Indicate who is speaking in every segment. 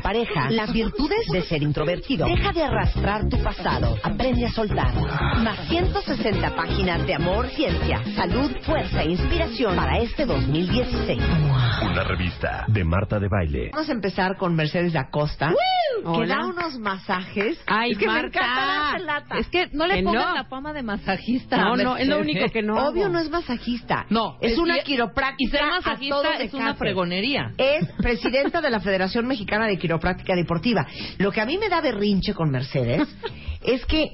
Speaker 1: pareja. Las virtudes de ser introvertido. Deja de arrastrar tu pasado. Aprende a soltar. Más 160 páginas de amor, ciencia, salud, fuerza e inspiración para este 2016.
Speaker 2: Una revista de Marta de Baile.
Speaker 1: Vamos a empezar con Mercedes Acosta.
Speaker 3: Que da unos masajes.
Speaker 4: Ay,
Speaker 3: es que me
Speaker 4: Marta.
Speaker 3: encanta darse lata.
Speaker 4: Es que no le
Speaker 3: Que
Speaker 4: pongas
Speaker 3: no.
Speaker 4: la fama de masajista.
Speaker 3: No,
Speaker 4: no, es lo único que no.
Speaker 1: Obvio
Speaker 4: hago.
Speaker 1: no es masajista.
Speaker 4: No,
Speaker 1: es,
Speaker 4: es-
Speaker 1: una
Speaker 4: y-
Speaker 1: quiropráctica.
Speaker 4: Y ser
Speaker 1: a todo
Speaker 4: masajista es una
Speaker 1: decante.
Speaker 4: fregonería.
Speaker 1: Es presidenta de la Federación Mexicana de Quiropráctica Deportiva. Lo que a mí me da berrinche con Mercedes es que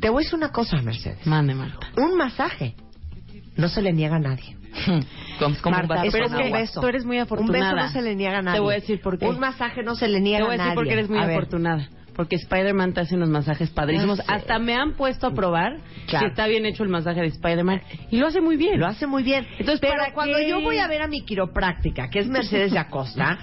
Speaker 1: te voy a decir una cosa, Mercedes.
Speaker 4: Mande, Marta.
Speaker 1: Un masaje no se le niega a nadie.
Speaker 4: Como, como un vaso
Speaker 1: es
Speaker 4: con
Speaker 1: como un
Speaker 4: agua.
Speaker 1: beso.
Speaker 3: tú eres muy
Speaker 1: Un
Speaker 3: afortunada.
Speaker 1: beso no se le niega a nadie.
Speaker 4: Te voy a decir por qué.
Speaker 1: Un masaje no se le niega
Speaker 4: Te
Speaker 1: a
Speaker 4: voy a
Speaker 1: nadie.
Speaker 4: decir porque eres muy
Speaker 1: A ver,
Speaker 4: afortunada. Porque Spider-Man te hace unos masajes padrísimos.
Speaker 1: Ya sé. Mm.
Speaker 4: Hasta me han puesto a probar
Speaker 1: Claro.
Speaker 4: si está bien hecho el masaje de Spider-Man. Y lo hace muy bien.
Speaker 1: Lo hace muy bien.
Speaker 4: Entonces,
Speaker 1: Pero
Speaker 4: ¿para
Speaker 1: cuando
Speaker 4: qué?
Speaker 1: yo voy a ver a mi quiropráctica, que es Mercedes de Acosta,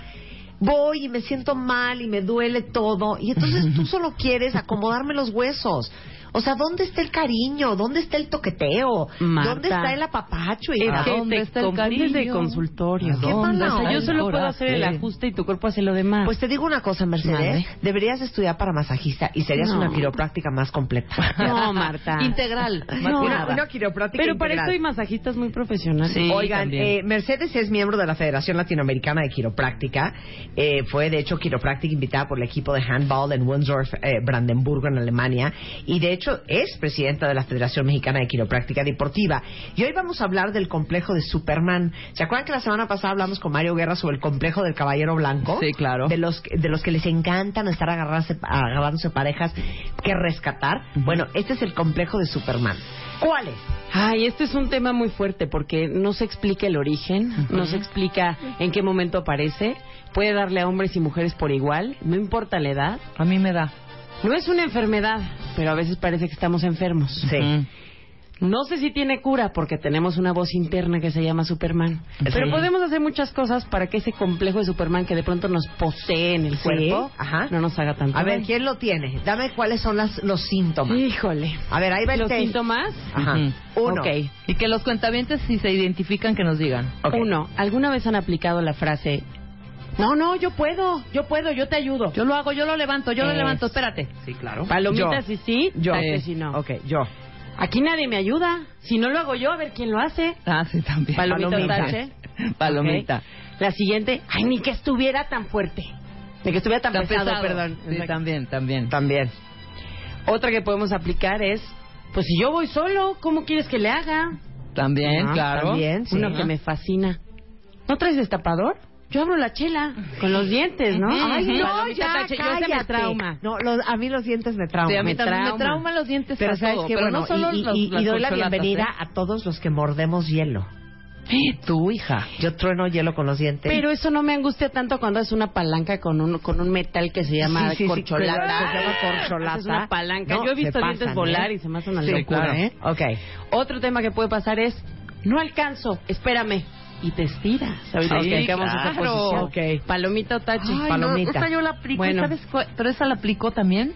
Speaker 1: voy y me siento mal y me duele todo. Y entonces tú solo quieres acomodarme los huesos. O sea, ¿dónde está el cariño? ¿Dónde está el toqueteo?
Speaker 4: Marta.
Speaker 1: ¿Dónde está el apapacho?
Speaker 4: Es
Speaker 1: hija?
Speaker 4: que
Speaker 3: dónde
Speaker 4: te
Speaker 3: está el
Speaker 4: cambies de
Speaker 3: cariño?
Speaker 4: consultorio.
Speaker 1: ¿Qué mala
Speaker 4: O sea, yo
Speaker 1: onda?
Speaker 4: solo puedo hacer el ajuste y tu cuerpo hace lo demás.
Speaker 1: Pues te digo una cosa, Mercedes.
Speaker 4: Madre.
Speaker 1: Deberías estudiar para masajista y serías
Speaker 4: No.
Speaker 1: una quiropráctica más completa.
Speaker 4: no, Marta.
Speaker 3: Integral.
Speaker 4: No.
Speaker 1: Una, una quiropráctica
Speaker 4: Pero para esto
Speaker 1: integral.
Speaker 4: hay masajistas muy profesionales.
Speaker 3: Sí,
Speaker 1: Oigan, eh, Mercedes es miembro de la Federación Latinoamericana de Quiropráctica. Eh, fue, de hecho, quiropráctica invitada por el equipo de handball en Windsor, eh, Brandenburgo, en Alemania. Y, de hecho, es presidenta de la Federación Mexicana de Quiropráctica Deportiva. Y hoy vamos a hablar del complejo de Superman. ¿Se acuerdan que la semana pasada hablamos con Mario Guerra sobre el complejo del Caballero Blanco?
Speaker 3: Sí, claro.
Speaker 1: De los, de los que les encantan estar agarrarse- agarrándose parejas que rescatar. Bueno, este es el complejo de Superman. ¿Cuál es?
Speaker 4: Ay, este es un tema muy fuerte porque no se explica el origen, no se explica en qué momento aparece, puede darle a hombres y mujeres por igual, no importa la edad.
Speaker 3: A mí me da.
Speaker 4: No es una enfermedad, pero a veces parece que estamos enfermos.
Speaker 1: Sí.
Speaker 3: Mm.
Speaker 4: No sé si tiene cura porque tenemos una voz interna que se llama Superman. Pero podemos hacer muchas cosas para que ese complejo de Superman que de pronto nos posee en el
Speaker 1: Sí,
Speaker 4: cuerpo
Speaker 1: ajá.
Speaker 4: no nos haga tanto
Speaker 1: A ver,
Speaker 4: daño.
Speaker 1: ¿quién lo tiene? Dame cuáles son las, los síntomas.
Speaker 4: Híjole.
Speaker 1: A ver, ahí va el
Speaker 4: ¿Los
Speaker 1: test.
Speaker 4: síntomas?
Speaker 1: Ajá.
Speaker 3: Ujú.
Speaker 1: Uno.
Speaker 4: Ok.
Speaker 3: Y que los cuentavientes, si se identifican, que nos digan.
Speaker 1: Ok.
Speaker 4: Uno, ¿alguna vez han aplicado la frase, no, no, yo puedo, yo puedo, yo te ayudo?
Speaker 3: Yo lo hago, yo lo levanto, yo lo
Speaker 4: Es-
Speaker 3: levanto, espérate.
Speaker 1: Sí, claro.
Speaker 4: Palomitas
Speaker 1: yo.
Speaker 4: y sí,
Speaker 1: Yo.
Speaker 4: tal vez
Speaker 3: Eh,
Speaker 4: sí no.
Speaker 1: Ok, yo.
Speaker 4: Aquí nadie me ayuda. Si no lo hago yo, a ver quién lo hace.
Speaker 3: Ah, sí, también.
Speaker 4: Palomita,
Speaker 1: Palomita.
Speaker 4: tache.
Speaker 3: Palomita.
Speaker 4: Ok. La siguiente, ay, ni que estuviera tan fuerte. Ni que estuviera tan,
Speaker 3: Tan
Speaker 4: pesado,
Speaker 3: pesado.
Speaker 4: perdón.
Speaker 3: Sí,
Speaker 4: Exacto.
Speaker 3: también, también.
Speaker 1: También.
Speaker 4: Otra que podemos aplicar es, pues si yo voy solo, ¿cómo quieres que le haga?
Speaker 3: También,
Speaker 4: Ah,
Speaker 3: claro.
Speaker 1: también. Sí.
Speaker 4: Uno que me fascina. ¿No traes destapador? Yo abro la chela con los dientes, ¿no?
Speaker 3: Ujú.
Speaker 4: Ay, no,
Speaker 3: Palomita,
Speaker 4: ya,
Speaker 3: tache, yo
Speaker 4: cállate.
Speaker 3: ese me
Speaker 4: trauma.
Speaker 1: No, los- a mí los dientes me trauman.
Speaker 3: Sí, a mí
Speaker 4: me
Speaker 3: también me
Speaker 4: trauma.
Speaker 3: trauman los dientes
Speaker 1: Pero
Speaker 3: para
Speaker 1: sabes
Speaker 3: todo,
Speaker 1: que
Speaker 3: pero
Speaker 1: bueno,
Speaker 3: no solo
Speaker 1: y, y-
Speaker 3: los-
Speaker 1: y-
Speaker 3: las
Speaker 1: y doy la
Speaker 3: corcholatas,
Speaker 1: bienvenida
Speaker 3: ¿eh?
Speaker 1: a todos los que mordemos hielo.
Speaker 3: Eh, Tu hija.
Speaker 1: Yo trueno hielo con los dientes.
Speaker 4: Pero eso no me angustia tanto cuando es una palanca con un, con un metal que se llama
Speaker 1: Sí, sí, sí,
Speaker 4: corcholata.
Speaker 1: que se llama corcholata.
Speaker 4: Es una palanca.
Speaker 1: No,
Speaker 4: Yo he visto
Speaker 1: se
Speaker 4: dientes
Speaker 1: pasan,
Speaker 4: volar
Speaker 1: ¿eh?
Speaker 4: y se me hace una
Speaker 1: Sí,
Speaker 4: locura.
Speaker 1: claro.
Speaker 4: ¿eh?
Speaker 1: Ok.
Speaker 4: Otro tema que puede pasar es, no alcanzo, espérame. Y te estiras. Ahorita
Speaker 3: Sí,
Speaker 4: que acabamos esa
Speaker 3: claro.
Speaker 4: posición.
Speaker 1: Ok.
Speaker 4: Palomita o tachi.
Speaker 3: Ay,
Speaker 1: palomita.
Speaker 3: No, esta yo la apliqué,
Speaker 4: Bueno.
Speaker 3: ¿sabes? cuál? Pero esa la aplicó también.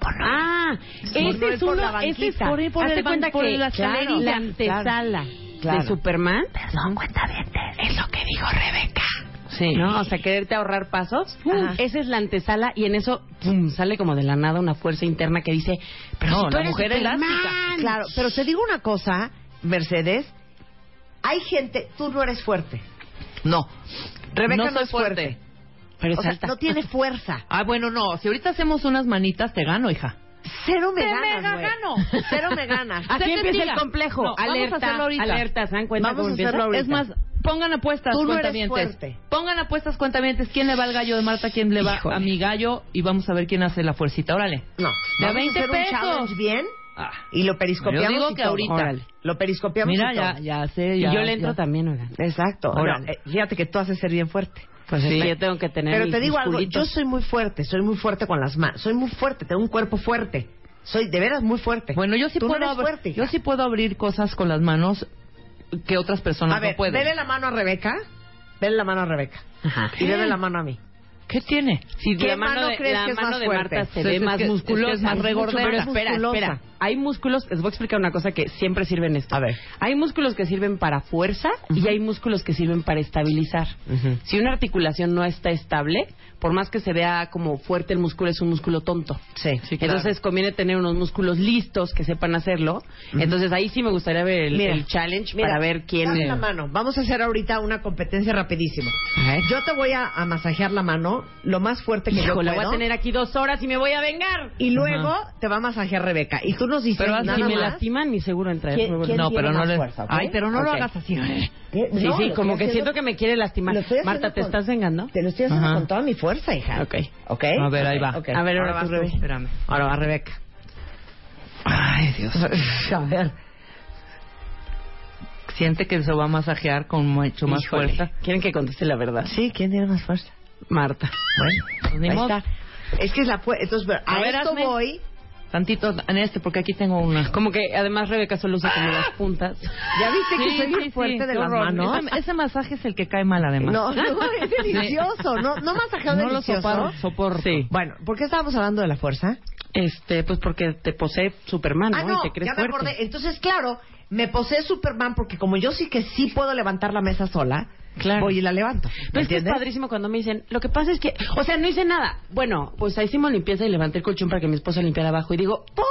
Speaker 4: Ah,
Speaker 1: no
Speaker 4: ese
Speaker 1: ir
Speaker 4: es
Speaker 1: por
Speaker 4: uno,
Speaker 1: la
Speaker 4: ese es
Speaker 1: banquita.
Speaker 4: por, por
Speaker 3: Hazte
Speaker 4: el ban-
Speaker 3: cuenta
Speaker 4: por
Speaker 3: que-
Speaker 4: la
Speaker 3: claro,
Speaker 4: escalerita, la
Speaker 3: claro,
Speaker 4: antesala
Speaker 1: claro.
Speaker 4: de Superman.
Speaker 1: Perdón, cuenta dientes. Es lo que dijo Rebeca.
Speaker 3: Sí.
Speaker 4: ¿no? O sea, quererte ahorrar pasos.
Speaker 1: Ajá.
Speaker 4: Esa es la antesala y en eso pum, sale como de la nada una fuerza interna que dice, pero
Speaker 3: No,
Speaker 4: si tú
Speaker 3: la
Speaker 4: eres
Speaker 3: mujer
Speaker 4: Superman.
Speaker 3: elástica.
Speaker 1: Claro, pero te digo una cosa, Mercedes. Hay gente, tú no eres fuerte.
Speaker 3: No.
Speaker 1: Rebeca no,
Speaker 3: soy
Speaker 1: es fuerte.
Speaker 3: Pero es
Speaker 1: o sea,
Speaker 3: alta.
Speaker 1: no tiene fuerza.
Speaker 3: Ah, bueno, no. Si ahorita hacemos unas manitas, te gano, hija.
Speaker 1: Cero me
Speaker 3: Te
Speaker 1: ganas,
Speaker 3: mega
Speaker 1: güey.
Speaker 3: gano.
Speaker 1: Cero me ganas.
Speaker 3: Aquí
Speaker 1: Sé
Speaker 3: empieza
Speaker 1: testiga.
Speaker 3: el complejo.
Speaker 1: No,
Speaker 3: Alerta,
Speaker 1: vamos a hacerlo ahorita.
Speaker 3: alerta,
Speaker 4: ¿se dan cuenta
Speaker 1: Vamos
Speaker 4: cómo
Speaker 1: a
Speaker 4: empieza?
Speaker 1: hacerlo ahorita.
Speaker 3: Es más, pongan apuestas,
Speaker 1: Tú no eres
Speaker 3: cuentavientes.
Speaker 1: fuerte.
Speaker 3: pongan apuestas, cuentavientes. ¿Quién le va al gallo de Marta? ¿Quién le va
Speaker 1: Híjole.
Speaker 3: a mi gallo? Y vamos a ver quién hace la fuercita. Órale.
Speaker 1: No.
Speaker 3: De
Speaker 1: Vamos
Speaker 3: 20
Speaker 1: a hacer
Speaker 3: pesos.
Speaker 1: un challenge bien
Speaker 3: Ah.
Speaker 1: y lo periscopiamos.
Speaker 3: Yo digo
Speaker 1: y
Speaker 3: que
Speaker 1: todo.
Speaker 3: ahorita.
Speaker 1: Órale. Lo periscopiamos.
Speaker 3: Mira,
Speaker 1: y
Speaker 3: ya,
Speaker 1: todo.
Speaker 3: ya sé.
Speaker 4: Y
Speaker 3: ya-
Speaker 4: yo le entro
Speaker 3: ya.
Speaker 4: también, oigan.
Speaker 1: Exacto.
Speaker 3: Órale.
Speaker 1: No, eh, fíjate que tú haces ser bien fuerte.
Speaker 4: Pues es
Speaker 3: Sí.
Speaker 4: que yo tengo que tener
Speaker 1: Pero
Speaker 4: mis-
Speaker 1: te digo
Speaker 4: mis
Speaker 1: algo, yo
Speaker 4: culitos.
Speaker 1: soy muy fuerte, soy muy fuerte con las manos, soy muy fuerte, tengo un cuerpo fuerte. Soy de veras muy fuerte.
Speaker 3: Bueno, yo sí
Speaker 1: Tú no
Speaker 3: puedo
Speaker 1: eres
Speaker 3: abrir,
Speaker 1: fuerte, hija.
Speaker 3: yo sí puedo abrir cosas con las manos que otras personas
Speaker 1: A ver,
Speaker 3: no pueden.
Speaker 1: dele la mano a Rebeca. Dele la mano a Rebeca.
Speaker 4: Ajá.
Speaker 1: Y dele la mano a mí.
Speaker 3: ¿Qué tiene?
Speaker 4: Si
Speaker 1: ¿Qué
Speaker 4: la
Speaker 1: mano
Speaker 4: de-
Speaker 1: crees
Speaker 4: la
Speaker 1: que es
Speaker 4: mano
Speaker 1: más
Speaker 4: de
Speaker 1: fuerte?
Speaker 4: Marta se
Speaker 3: Pues
Speaker 4: ve
Speaker 3: es
Speaker 4: más
Speaker 3: que- es que es
Speaker 4: musculosa,
Speaker 3: más
Speaker 4: mucho
Speaker 3: regordeta.
Speaker 4: Pero espera,
Speaker 1: Musculosa.
Speaker 4: espera. Hay músculos, les voy a explicar una cosa que siempre sirven esto.
Speaker 1: A ver.
Speaker 4: Hay músculos que sirven para fuerza y hay músculos que sirven para estabilizar.
Speaker 1: Ujú.
Speaker 4: Si una articulación no está estable, por más que se vea como fuerte el músculo, es un músculo tonto.
Speaker 1: Sí.
Speaker 3: Sí, claro.
Speaker 4: Entonces conviene tener unos músculos listos que sepan hacerlo. Entonces ahí sí me gustaría ver el,
Speaker 1: Mira,
Speaker 4: el challenge
Speaker 1: mira,
Speaker 4: para ver quién
Speaker 1: dame
Speaker 4: eh,
Speaker 1: la mano. Vamos a hacer ahorita una competencia rapidísimo.
Speaker 4: A ver.
Speaker 1: Yo te voy a, a masajear la mano lo más fuerte que yo
Speaker 4: Hijo,
Speaker 1: puedo.
Speaker 4: la voy a tener aquí dos horas y me voy a vengar.
Speaker 1: Y luego te va a masajear Rebeca. Y tú nos dices
Speaker 3: Pero hazme
Speaker 1: nada
Speaker 4: si me
Speaker 1: más.
Speaker 4: lastiman, mi seguro entra.
Speaker 1: ¿Quién- quién
Speaker 3: No,
Speaker 1: tiene
Speaker 3: pero no
Speaker 1: más
Speaker 3: le.
Speaker 1: fuerza, ok?
Speaker 3: Ay, pero no lo
Speaker 1: Ok.
Speaker 3: hagas así. ¿eh?
Speaker 1: ¿Qué?
Speaker 4: Sí,
Speaker 1: No,
Speaker 4: sí,
Speaker 1: lo
Speaker 4: como
Speaker 1: estoy
Speaker 4: que
Speaker 1: haciendo-
Speaker 4: siendo que me quiere lastimar.
Speaker 1: lo estoy haciendo
Speaker 4: Marta, ¿te
Speaker 1: con-
Speaker 4: estás vengando?
Speaker 1: Te lo estoy haciendo
Speaker 3: Ajá.
Speaker 1: con toda mi fuerza, hija.
Speaker 4: Ok.
Speaker 1: Ok.
Speaker 3: A ver, ahí
Speaker 1: Ok,
Speaker 3: va.
Speaker 1: ok.
Speaker 4: A ver, ahora vas
Speaker 1: vas
Speaker 4: tú,
Speaker 1: Rebe.
Speaker 4: espérame.
Speaker 1: Ahora va Rebeca.
Speaker 3: Ay, Dios.
Speaker 1: a ver.
Speaker 3: Siente que se va a masajear con mucho más
Speaker 4: Híjole,
Speaker 3: fuerza.
Speaker 4: Quieren que conteste la verdad.
Speaker 1: Sí, ¿quién tiene más fuerza?
Speaker 4: Marta.
Speaker 3: Pues ni
Speaker 1: Ahí
Speaker 3: modo.
Speaker 1: está. Es que es la fuerza. Entonces, pero a,
Speaker 3: A ver,
Speaker 1: esto
Speaker 3: hazme.
Speaker 1: voy.
Speaker 3: Tantito en este, porque aquí tengo una.
Speaker 4: Como que además Rebeca solo usa como las puntas.
Speaker 1: ¿Ya viste que
Speaker 3: Sí,
Speaker 1: soy
Speaker 3: sí,
Speaker 1: muy fuerte
Speaker 3: sí,
Speaker 1: de
Speaker 3: qué
Speaker 1: las
Speaker 3: horror.
Speaker 1: manos?
Speaker 3: Ese, ese masaje es el que cae mal, además.
Speaker 1: No, no, es delicioso. No, no masajeo
Speaker 3: No lo
Speaker 1: delicioso.
Speaker 3: soporto. soporto.
Speaker 4: Sí.
Speaker 1: Bueno, ¿por qué estábamos hablando de la fuerza?
Speaker 4: Este, pues porque te posee Superman, ¿no?
Speaker 1: Ah, no,
Speaker 4: y te crees
Speaker 1: ya me
Speaker 4: fuerte.
Speaker 1: acordé. Entonces, claro, me posee Superman porque como yo sí que sí puedo levantar la mesa sola,
Speaker 4: Claro.
Speaker 1: voy y la levanto. ¿Me
Speaker 4: Pero es que es
Speaker 1: entiendes?
Speaker 4: padrísimo cuando me dicen, lo que pasa es que, o sea, no hice nada. Bueno, pues ahí hicimos limpieza y levanté el colchón para que mi esposa limpiara abajo y digo, ¡por!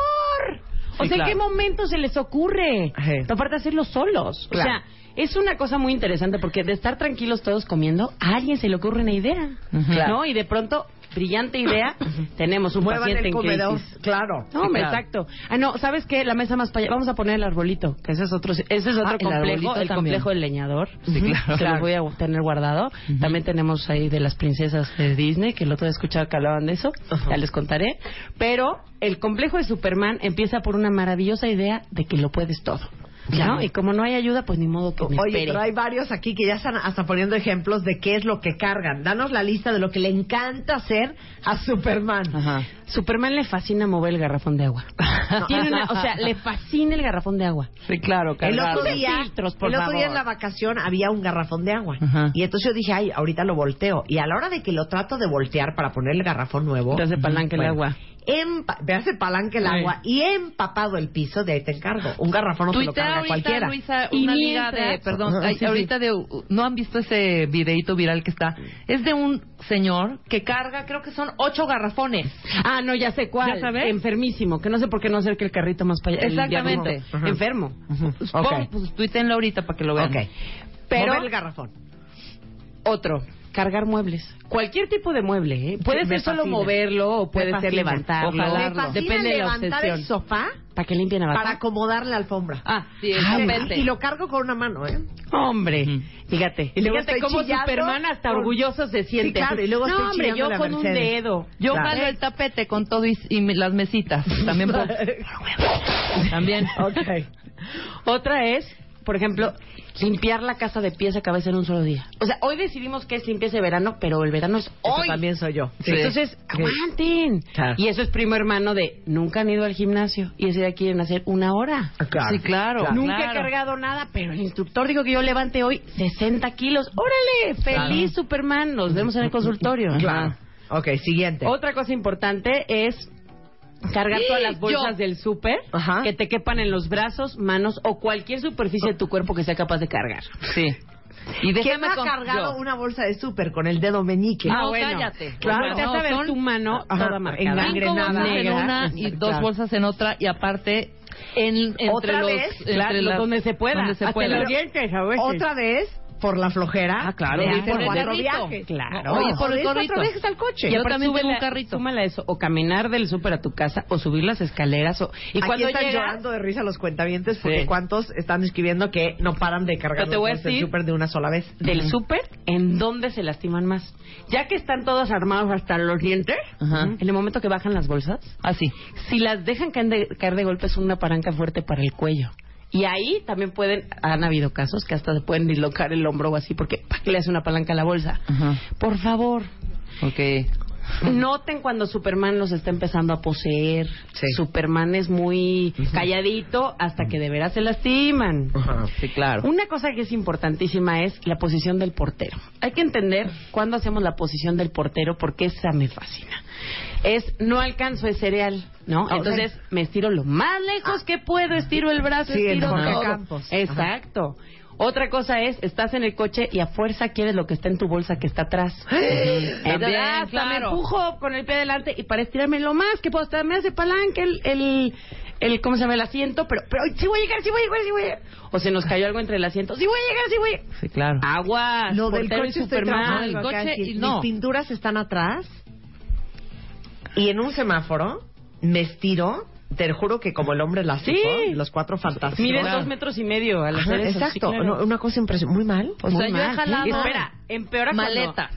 Speaker 4: O
Speaker 3: Sí,
Speaker 4: sea,
Speaker 3: claro.
Speaker 4: ¿en qué momento se les ocurre?
Speaker 1: Ajá.
Speaker 4: Aparte hacerlo solos.
Speaker 1: Claro.
Speaker 4: O sea, es una cosa muy interesante porque de estar tranquilos todos comiendo, a alguien se le ocurre una idea,
Speaker 3: Ujú.
Speaker 4: ¿no? Y de pronto, brillante idea, tenemos un
Speaker 1: Muevan
Speaker 4: paciente
Speaker 1: el
Speaker 4: en
Speaker 1: comedor.
Speaker 4: crisis.
Speaker 1: Claro.
Speaker 4: No, hombre,
Speaker 3: Claro.
Speaker 4: exacto. Ah, no, ¿sabes qué? La mesa más para allá. Vamos a poner el arbolito, que ese es otro, ese es otro
Speaker 3: Ah, el
Speaker 4: complejo,
Speaker 3: arbolito
Speaker 4: el
Speaker 3: también.
Speaker 4: complejo del leñador.
Speaker 3: Sí,
Speaker 4: Ujú.
Speaker 3: claro.
Speaker 4: Que lo
Speaker 3: Claro.
Speaker 4: voy a tener guardado. También tenemos ahí de las princesas de Disney, que el otro día escuchaba que hablaban de eso.
Speaker 1: Ajá.
Speaker 4: Ya les contaré. Pero el complejo de Superman empieza por una maravillosa idea de que lo puedes todo.
Speaker 1: Claro.
Speaker 4: ¿no? Y como no hay ayuda, pues ni modo que me
Speaker 1: Oye,
Speaker 4: espere.
Speaker 1: pero hay varios aquí que ya están hasta poniendo ejemplos de qué es lo que cargan. Danos la lista de lo que le encanta hacer a Superman.
Speaker 3: Ajá.
Speaker 4: Superman le fascina mover el garrafón de agua. Tiene una- o sea, le fascina el garrafón de agua.
Speaker 3: Sí, claro,
Speaker 1: El
Speaker 3: cargado.
Speaker 1: otro día,
Speaker 4: filtros, por
Speaker 1: el otro día
Speaker 4: favor.
Speaker 1: en la vacación había un garrafón de agua.
Speaker 3: Ajá.
Speaker 1: Y entonces yo dije, ay, ahorita lo volteo. Y a la hora de que lo trato de voltear para poner el garrafón
Speaker 3: Oh,
Speaker 1: nuevo,
Speaker 4: Te hace palanca el
Speaker 1: Bueno,
Speaker 4: agua.
Speaker 1: empa- me hace palanque el
Speaker 4: Sí.
Speaker 1: agua y he empapado el piso, de ahí te encargo. Un garrafón no te lo
Speaker 3: Tuitea
Speaker 1: carga
Speaker 3: ahorita,
Speaker 1: cualquiera.
Speaker 3: Luisa,
Speaker 4: Y
Speaker 3: una liga
Speaker 4: mientras-
Speaker 3: de, perdón,
Speaker 1: Ajá,
Speaker 3: ay,
Speaker 1: sí, sí.
Speaker 3: ahorita de, uh, no han visto ese videito viral que está. Es de un señor que carga, creo que son ocho garrafones.
Speaker 4: Ah, no, ya sé cuál.
Speaker 3: ¿Ya sabes?
Speaker 4: Enfermísimo, que no sé por qué no acerca el carrito más para allá. el
Speaker 3: Exactamente.
Speaker 4: diablito.
Speaker 1: Ajá.
Speaker 4: Enfermo.
Speaker 1: Ok.
Speaker 3: Pon, pues tuítenlo ahorita para que lo vean.
Speaker 1: Ok.
Speaker 4: Pero-
Speaker 1: Mover el garrafón.
Speaker 4: Otro, cargar muebles. Cualquier tipo de mueble, ¿eh? Puede
Speaker 1: Me
Speaker 4: ser solo
Speaker 1: fascina.
Speaker 4: moverlo o
Speaker 1: Me
Speaker 4: puede ser
Speaker 1: fascina.
Speaker 4: levantarlo.
Speaker 3: Ojalá.
Speaker 1: Me
Speaker 3: jalarlo.
Speaker 1: fascina
Speaker 4: Depende de la
Speaker 1: levantar el
Speaker 4: obsesión.
Speaker 1: sofá
Speaker 4: Para que limpien abajo.
Speaker 1: para acomodar la alfombra.
Speaker 4: Ah,
Speaker 3: Sí, el
Speaker 1: Ay,
Speaker 3: tapete.
Speaker 1: y lo cargo con una mano, ¿eh?
Speaker 4: hombre.
Speaker 3: Ujú.
Speaker 4: Fíjate.
Speaker 1: Y luego
Speaker 4: Fíjate
Speaker 1: estoy
Speaker 4: cómo
Speaker 1: chillando.
Speaker 4: Superman hasta orgulloso se siente.
Speaker 1: Sí, claro, y luego
Speaker 4: no,
Speaker 1: estoy
Speaker 4: hombre,
Speaker 1: chillando
Speaker 4: yo
Speaker 1: la
Speaker 4: con un
Speaker 1: Mercedes.
Speaker 4: dedo.
Speaker 3: Yo
Speaker 1: Claro.
Speaker 3: jalo el tapete con todo y, y mi- las mesitas. También. pon- también.
Speaker 1: Ok.
Speaker 4: Otra es, por ejemplo, limpiar la casa de pies a cabeza en un solo día. O sea, hoy decidimos que es limpieza de verano, pero el verano es
Speaker 1: Eso
Speaker 4: hoy.
Speaker 1: también soy yo.
Speaker 4: Sí. Entonces, aguanten.
Speaker 1: Claro.
Speaker 4: Y eso es primo hermano de nunca han ido al gimnasio y ese día quieren hacer una hora.
Speaker 1: Ah,
Speaker 3: Sí, claro.
Speaker 4: Nunca he
Speaker 3: claro.
Speaker 4: cargado nada, pero el instructor dijo que yo levante hoy 60 kilos. ¡Órale! ¡Feliz Superman! Nos vemos en el consultorio.
Speaker 1: Claro. Ok, siguiente.
Speaker 4: Otra cosa importante es cargar todas las bolsas
Speaker 3: Yo.
Speaker 4: del súper
Speaker 1: Ajá.
Speaker 4: que te quepan en los brazos, manos o cualquier superficie de tu cuerpo que sea capaz de cargar.
Speaker 3: Sí. Y
Speaker 1: ¿Quién
Speaker 3: déjame
Speaker 1: ha
Speaker 3: con-
Speaker 1: cargado
Speaker 3: yo.
Speaker 1: una bolsa de súper con el dedo meñique?
Speaker 3: Ah, No, cállate.
Speaker 4: Claro.
Speaker 1: Claro.
Speaker 4: Te a ver
Speaker 3: No, son-
Speaker 4: tu mano
Speaker 1: Ajá,
Speaker 4: toda marcada.
Speaker 3: Cinco
Speaker 1: engangrenada.
Speaker 3: bolsas en
Speaker 4: Negra.
Speaker 3: una y
Speaker 4: Exacto.
Speaker 3: dos bolsas en otra y aparte en entre
Speaker 1: Otra
Speaker 3: los
Speaker 1: vez,
Speaker 3: entre
Speaker 4: Claro,
Speaker 3: las-
Speaker 4: donde se pueda.
Speaker 3: donde se
Speaker 4: Hasta
Speaker 3: pueda.
Speaker 4: los dientes a veces.
Speaker 1: Otra vez por la flojera.
Speaker 4: Ah, claro.
Speaker 1: de
Speaker 4: Oye,
Speaker 1: ir por
Speaker 4: por el
Speaker 1: cuatro
Speaker 3: carrito.
Speaker 1: viajes.
Speaker 4: Claro.
Speaker 1: O
Speaker 3: Oye,
Speaker 1: por
Speaker 3: por el
Speaker 1: ir cuatro
Speaker 3: carrito.
Speaker 1: viajes al coche.
Speaker 3: Y aparte súbele-
Speaker 4: Súmala eso, o caminar del súper a tu casa, o subir las escaleras, o... Y
Speaker 1: Aquí
Speaker 4: cuando
Speaker 1: están
Speaker 4: llegas...
Speaker 1: llorando de risa los cuentavientes porque
Speaker 4: Sí.
Speaker 1: cuántos están escribiendo que no paran de cargar
Speaker 4: Pero te voy a
Speaker 1: los del
Speaker 4: decir-
Speaker 1: súper de una sola vez.
Speaker 4: del súper, ¿en dónde se lastiman más? Ya que están todos armados hasta los dientes,
Speaker 3: Ajá.
Speaker 4: en el momento que bajan las bolsas,
Speaker 3: Así.
Speaker 4: si las dejan caer de, caer de golpe es una palanca fuerte para el cuello. Y ahí también pueden, han habido casos que hasta se pueden dislocar el hombro o así, porque ¡pac! le hace una palanca a la bolsa.
Speaker 3: Ajá.
Speaker 4: Por favor,
Speaker 3: Ok.
Speaker 4: noten cuando Superman los está empezando a poseer.
Speaker 1: Sí.
Speaker 4: Superman es muy calladito hasta que de veras se lastiman.
Speaker 3: Sí, claro.
Speaker 4: Una cosa que es importantísima es la posición del portero. Hay que entender cuándo hacemos la posición del portero porque esa me fascina. Es no alcanzo el cereal, ¿no?
Speaker 1: Ah, o sea-
Speaker 4: Entonces me estiro lo más lejos que puedo, estiro el brazo,
Speaker 1: Sí, el
Speaker 4: estiro
Speaker 1: Jorge
Speaker 4: todo.
Speaker 1: Campos.
Speaker 4: Exacto. Otra cosa es, estás en el coche y a fuerza quieres lo que está en tu bolsa que está atrás. Entonces, ah,
Speaker 3: También,
Speaker 4: hasta me
Speaker 3: claro.
Speaker 4: empujo con el pie adelante y para estirarme lo más que puedo, hasta me hace palanca el, el, el- ¿cómo se llama? El asiento, pero, pero sí voy a llegar, sí voy a llegar, sí voy a llegar. O se nos cayó algo entre el asiento, sí voy a llegar, sí voy a llegar.
Speaker 3: Sí, claro.
Speaker 4: Agua,
Speaker 1: Lo del coche estoy
Speaker 4: Superman.
Speaker 1: trabajando
Speaker 3: El
Speaker 1: acá,
Speaker 3: coche
Speaker 1: decir,
Speaker 3: y no.
Speaker 1: Mis pinturas están atrás. Y en un semáforo me estiro. Te juro que como el hombre elástico,
Speaker 4: Sí.
Speaker 1: los cuatro fantasmas.
Speaker 4: Mide dos metros y medio al hacer
Speaker 1: Ajá,
Speaker 4: eso, sí,
Speaker 1: exacto.
Speaker 4: claro.
Speaker 1: No, una cosa impresionante. Muy mal.
Speaker 3: O
Speaker 1: muy
Speaker 3: sea, yo he
Speaker 1: mal.
Speaker 3: jalado-
Speaker 1: Sí,
Speaker 4: Espera, empeora cuando-
Speaker 3: maletas.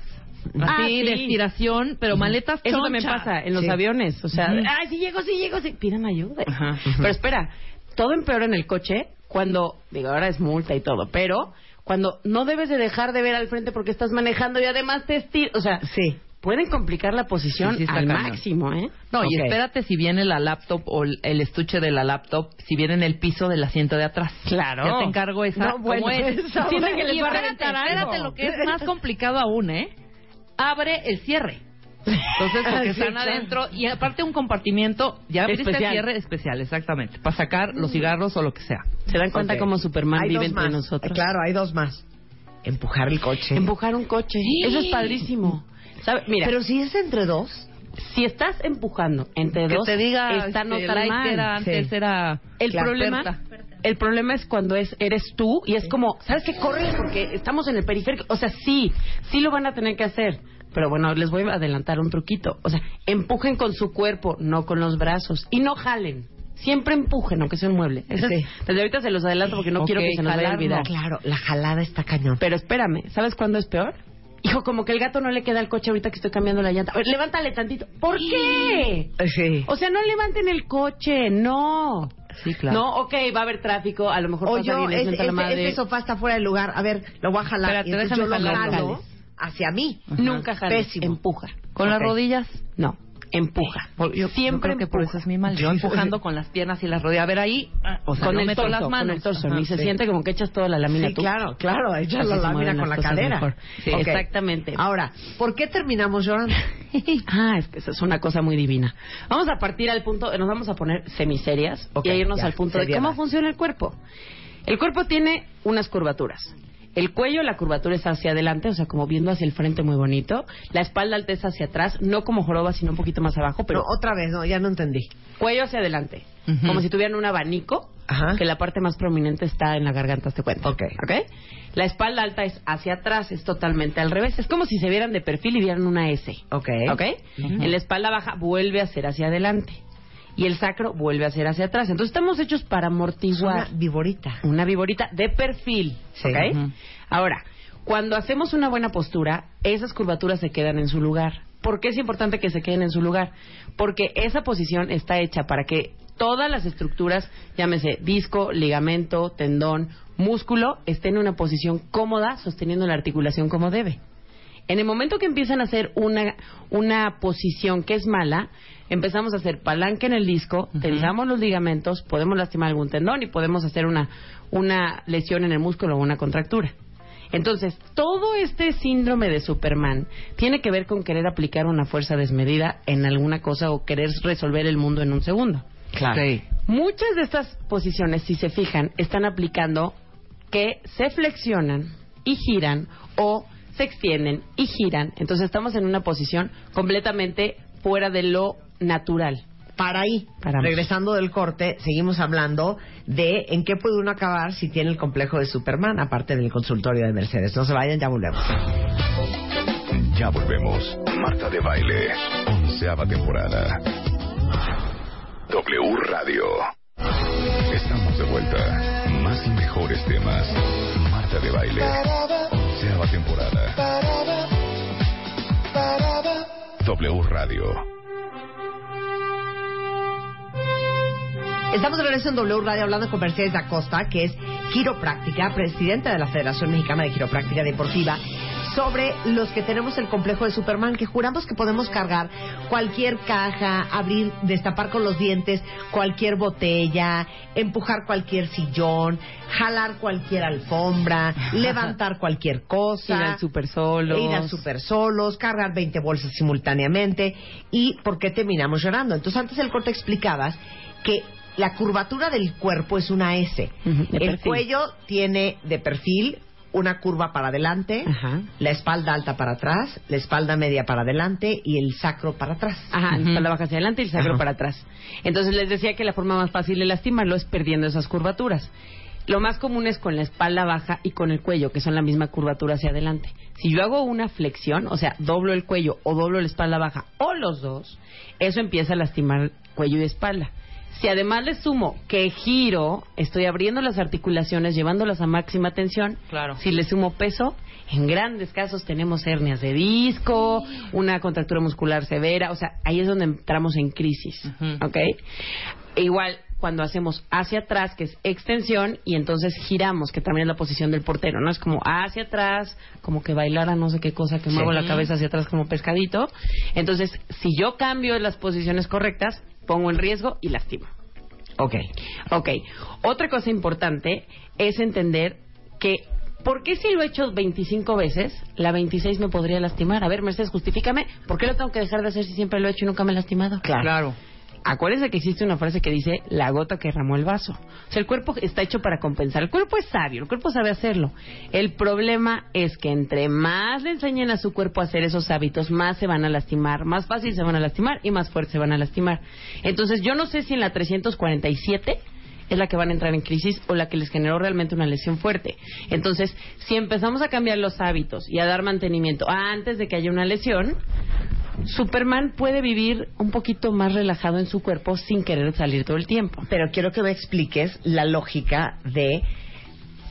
Speaker 4: Ah,
Speaker 3: Así,
Speaker 4: sí.
Speaker 3: de estiración, pero maletas
Speaker 4: Eso también
Speaker 3: chonchas.
Speaker 4: pasa ¿eh? en los
Speaker 1: Sí.
Speaker 4: aviones. O sea,
Speaker 3: Ujú.
Speaker 4: ay, si llego, si llego, si... pidan ayuda. Pero espera, todo empeora en el coche cuando, digo, ahora es multa y todo, pero cuando no debes de dejar de ver al frente porque estás manejando y además te estiras. O sea,
Speaker 1: Sí.
Speaker 4: pueden complicar la posición
Speaker 3: Sí, sí está
Speaker 4: al
Speaker 3: cañón.
Speaker 4: máximo, ¿eh?
Speaker 3: No, y
Speaker 1: Ok.
Speaker 3: espérate si viene la laptop o el el estuche de la laptop, si viene en el piso del asiento de atrás.
Speaker 4: Claro.
Speaker 3: Ya te encargo esa.
Speaker 1: No, bueno,
Speaker 3: ¿cómo es?
Speaker 1: esa-
Speaker 3: Sienten que les va a
Speaker 4: reventar algo.
Speaker 3: Espérate lo que es más complicado aún, ¿eh? Abre el cierre. Entonces, porque
Speaker 1: Sí,
Speaker 3: están
Speaker 1: claro.
Speaker 3: adentro. Y aparte un compartimiento, ya abriste el
Speaker 4: Especial.
Speaker 3: cierre especial, exactamente. Para sacar los cigarros o lo que sea.
Speaker 4: ¿Se dan cuenta
Speaker 1: Ok.
Speaker 4: cómo Superman
Speaker 1: Hay
Speaker 4: vive
Speaker 1: dos
Speaker 4: entre
Speaker 1: más.
Speaker 4: nosotros?
Speaker 1: Claro, hay dos más. Empujar el coche.
Speaker 4: Empujar un coche. Eso es padrísimo. ¿Sabe? Mira,
Speaker 1: Pero si es entre dos.
Speaker 4: si estás empujando entre
Speaker 3: Que
Speaker 4: dos,
Speaker 3: te diga,
Speaker 4: está no
Speaker 3: este,
Speaker 4: tan
Speaker 3: like
Speaker 4: mal.
Speaker 3: era antes,
Speaker 1: Sí.
Speaker 3: era...
Speaker 4: El
Speaker 3: la
Speaker 4: problema,
Speaker 3: experta.
Speaker 4: el problema es cuando es eres tú y es como, ¿sabes qué? Corre porque estamos en el periférico. O sea, sí, sí lo van a tener que hacer. Pero bueno, les voy a adelantar un truquito. O sea, empujen con su cuerpo, no con los brazos. Y no jalen. Siempre empujen, aunque sea un mueble. Eso es-
Speaker 1: Sí.
Speaker 4: desde ahorita se los adelanto porque no
Speaker 3: Ok,
Speaker 4: quiero que se nos vaya a
Speaker 3: jalar,
Speaker 4: olvidar.
Speaker 3: no.
Speaker 1: Claro, la jalada está cañón.
Speaker 4: Pero espérame, ¿sabes cuándo es peor? Hijo, como que el gato no le queda al coche ahorita que estoy cambiando la llanta. A ver, levántale tantito. ¿Por qué?
Speaker 1: Sí.
Speaker 4: O sea, no levanten el coche, no.
Speaker 3: Sí, claro.
Speaker 4: No, ok, va a haber tráfico, a lo mejor
Speaker 1: O
Speaker 4: pasa
Speaker 1: yo,
Speaker 4: alguien, le
Speaker 1: ese,
Speaker 4: sienta
Speaker 1: ese-
Speaker 4: la madre.
Speaker 1: ese sofá está fuera de lugar. A ver, lo voy a jalar.
Speaker 3: Espérate,
Speaker 1: Y entonces
Speaker 3: déjame
Speaker 1: yo lo
Speaker 3: jalarlo.
Speaker 1: jalo hacia mí.
Speaker 4: Nunca jales,
Speaker 1: Pésimo.
Speaker 4: empuja.
Speaker 3: Con las
Speaker 1: Ok.
Speaker 3: rodillas.
Speaker 4: No, empuja.
Speaker 3: Por- yo- yo
Speaker 4: Siempre
Speaker 3: creo que por
Speaker 4: empuja.
Speaker 3: eso es mi mal. Yo empujando con las piernas y las rodillas. A ver ahí, ah, o sea,
Speaker 4: con
Speaker 3: no
Speaker 4: el
Speaker 3: meto
Speaker 4: torso,
Speaker 3: las manos.
Speaker 4: con el torso.
Speaker 3: Ajá,
Speaker 4: y se
Speaker 3: sí.
Speaker 4: siente como que echas toda la lámina
Speaker 1: Sí,
Speaker 4: tú.
Speaker 1: claro, claro. Echas la
Speaker 4: Así se
Speaker 1: lámina
Speaker 4: mueven
Speaker 1: con la
Speaker 4: las cosas
Speaker 1: cadera.
Speaker 4: mejor. Sí,
Speaker 1: Ok.
Speaker 4: exactamente.
Speaker 1: Ahora, ¿por qué terminamos llorando?
Speaker 4: Ah, es que eso es una cosa muy divina. Vamos a partir al punto, nos vamos a poner semiserias
Speaker 1: Ok,
Speaker 4: y a irnos
Speaker 1: ya,
Speaker 4: al punto de
Speaker 1: seriedad.
Speaker 4: cómo funciona el cuerpo. El cuerpo tiene unas curvaturas. El cuello, la curvatura es hacia adelante, o sea, como viendo hacia el frente muy bonito. La espalda alta es hacia atrás, no como joroba, sino un poquito más abajo, pero
Speaker 1: No, otra vez, no, ya no entendí.
Speaker 4: cuello hacia adelante.
Speaker 3: Ujú.
Speaker 4: Como si tuvieran un abanico,
Speaker 1: Ajá.
Speaker 4: que la parte más prominente está en la garganta, te cuento.
Speaker 1: Ah. Ok.
Speaker 4: La espalda alta es hacia atrás, es totalmente al revés. Es como si se vieran de perfil y vieran una S.
Speaker 1: Ok.
Speaker 4: ¿Ok? En la espalda baja vuelve a ser hacia adelante. Y el sacro vuelve a ser hacia atrás. Entonces estamos hechos para
Speaker 1: Es
Speaker 4: amortiguar
Speaker 1: una viborita.
Speaker 4: una viborita de perfil.
Speaker 1: Sí.
Speaker 4: ¿Ok?
Speaker 3: Ujú.
Speaker 4: Ahora, cuando hacemos una buena postura, esas curvaturas se quedan en su lugar. ¿Por qué es importante que se queden en su lugar? Porque esa posición está hecha para que todas las estructuras, llámese disco, ligamento, tendón, músculo, estén en una posición cómoda sosteniendo la articulación como debe. En el momento que empiezan a hacer una, una posición que es mala, empezamos a hacer palanca en el disco, tensamos los ligamentos, podemos lastimar algún tendón y podemos hacer una, una lesión en el músculo o una contractura. Entonces, todo este síndrome de Superman tiene que ver con querer aplicar una fuerza desmedida en alguna cosa o querer resolver el mundo en un segundo.
Speaker 3: Claro. Sí.
Speaker 4: Muchas de estas posiciones, si se fijan, están aplicando que se flexionan y giran o se extienden y giran. Entonces estamos en una posición completamente fuera de lo natural.
Speaker 1: para ahí.
Speaker 4: Paramos.
Speaker 1: Regresando del corte, seguimos hablando de en qué puede uno acabar si tiene el complejo de Superman, aparte del consultorio de Mercedes. No se vayan, ya volvemos.
Speaker 2: Ya volvemos. Marta de Baile, onceava temporada. W Radio. Estamos de vuelta. Más y mejores temas. Marta de Baile, onceava temporada. W Radio.
Speaker 1: Estamos de regreso en W Radio hablando con Mercedes Acosta, que es quiropráctica, presidenta de la Federación Mexicana de Quiropráctica Deportiva, sobre los que tenemos el complejo de Superman, que juramos que podemos cargar cualquier caja, abrir, destapar con los dientes cualquier botella, empujar cualquier sillón, jalar cualquier alfombra, levantar cualquier cosa.
Speaker 4: Ir al super solos.
Speaker 1: E Ir al super solos, cargar 20 bolsas simultáneamente. ¿Y por qué terminamos llorando? Entonces, antes del corte explicabas que la curvatura del cuerpo es una S.
Speaker 4: Ujú, de
Speaker 1: El
Speaker 4: perfil.
Speaker 1: cuello tiene de perfil una curva para adelante,
Speaker 4: Ajá.
Speaker 1: la espalda alta para atrás, la espalda media para adelante y el sacro para atrás.
Speaker 4: Ajá,
Speaker 3: Ujú.
Speaker 4: la espalda baja hacia adelante y el sacro
Speaker 1: Ajá.
Speaker 4: para atrás. Entonces les decía que la forma más fácil de lastimarlo es perdiendo esas curvaturas. Lo más común es con la espalda baja y con el cuello, que son la misma curvatura hacia adelante. Si yo hago una flexión, o sea, doblo el cuello o doblo la espalda baja o los dos, eso empieza a lastimar cuello y espalda. Si además le sumo que giro, estoy abriendo las articulaciones, llevándolas a máxima tensión.
Speaker 3: Claro.
Speaker 4: Si le sumo peso, en grandes casos tenemos hernias de disco, una contractura muscular severa, o sea, ahí es donde entramos en crisis,
Speaker 3: Ujú.
Speaker 4: ¿ok? E igual cuando hacemos hacia atrás, que es extensión, y entonces giramos, que también es la posición del portero, ¿no? Es como hacia atrás, como que bailara no sé qué cosa, que muevo la cabeza hacia atrás como pescadito. Entonces, si yo cambio las posiciones correctas, pongo en riesgo y lastimo.
Speaker 1: Ok.
Speaker 4: Ok. Otra cosa importante es entender que, ¿por qué si lo he hecho 25 veces, la 26 me podría lastimar? A ver, Mercedes, justifícame, ¿por qué lo tengo que dejar de hacer si siempre lo he hecho y nunca me he lastimado?
Speaker 3: Claro.
Speaker 4: Acuérdense que existe una frase que dice la gota que derramó el vaso. O sea, el cuerpo está hecho para compensar. El cuerpo es sabio, el cuerpo sabe hacerlo. El problema es que entre más le enseñen a su cuerpo a hacer esos hábitos, más se van a lastimar, más fácil se van a lastimar y más fuerte se van a lastimar. Entonces, yo no sé si en la 347 es la que van a entrar en crisis o la que les generó realmente una lesión fuerte. Entonces, si empezamos a cambiar los hábitos y a dar mantenimiento antes de que haya una lesión, Superman puede vivir un poquito más relajado en su cuerpo sin querer salir todo el tiempo.
Speaker 1: Pero quiero que me expliques la lógica de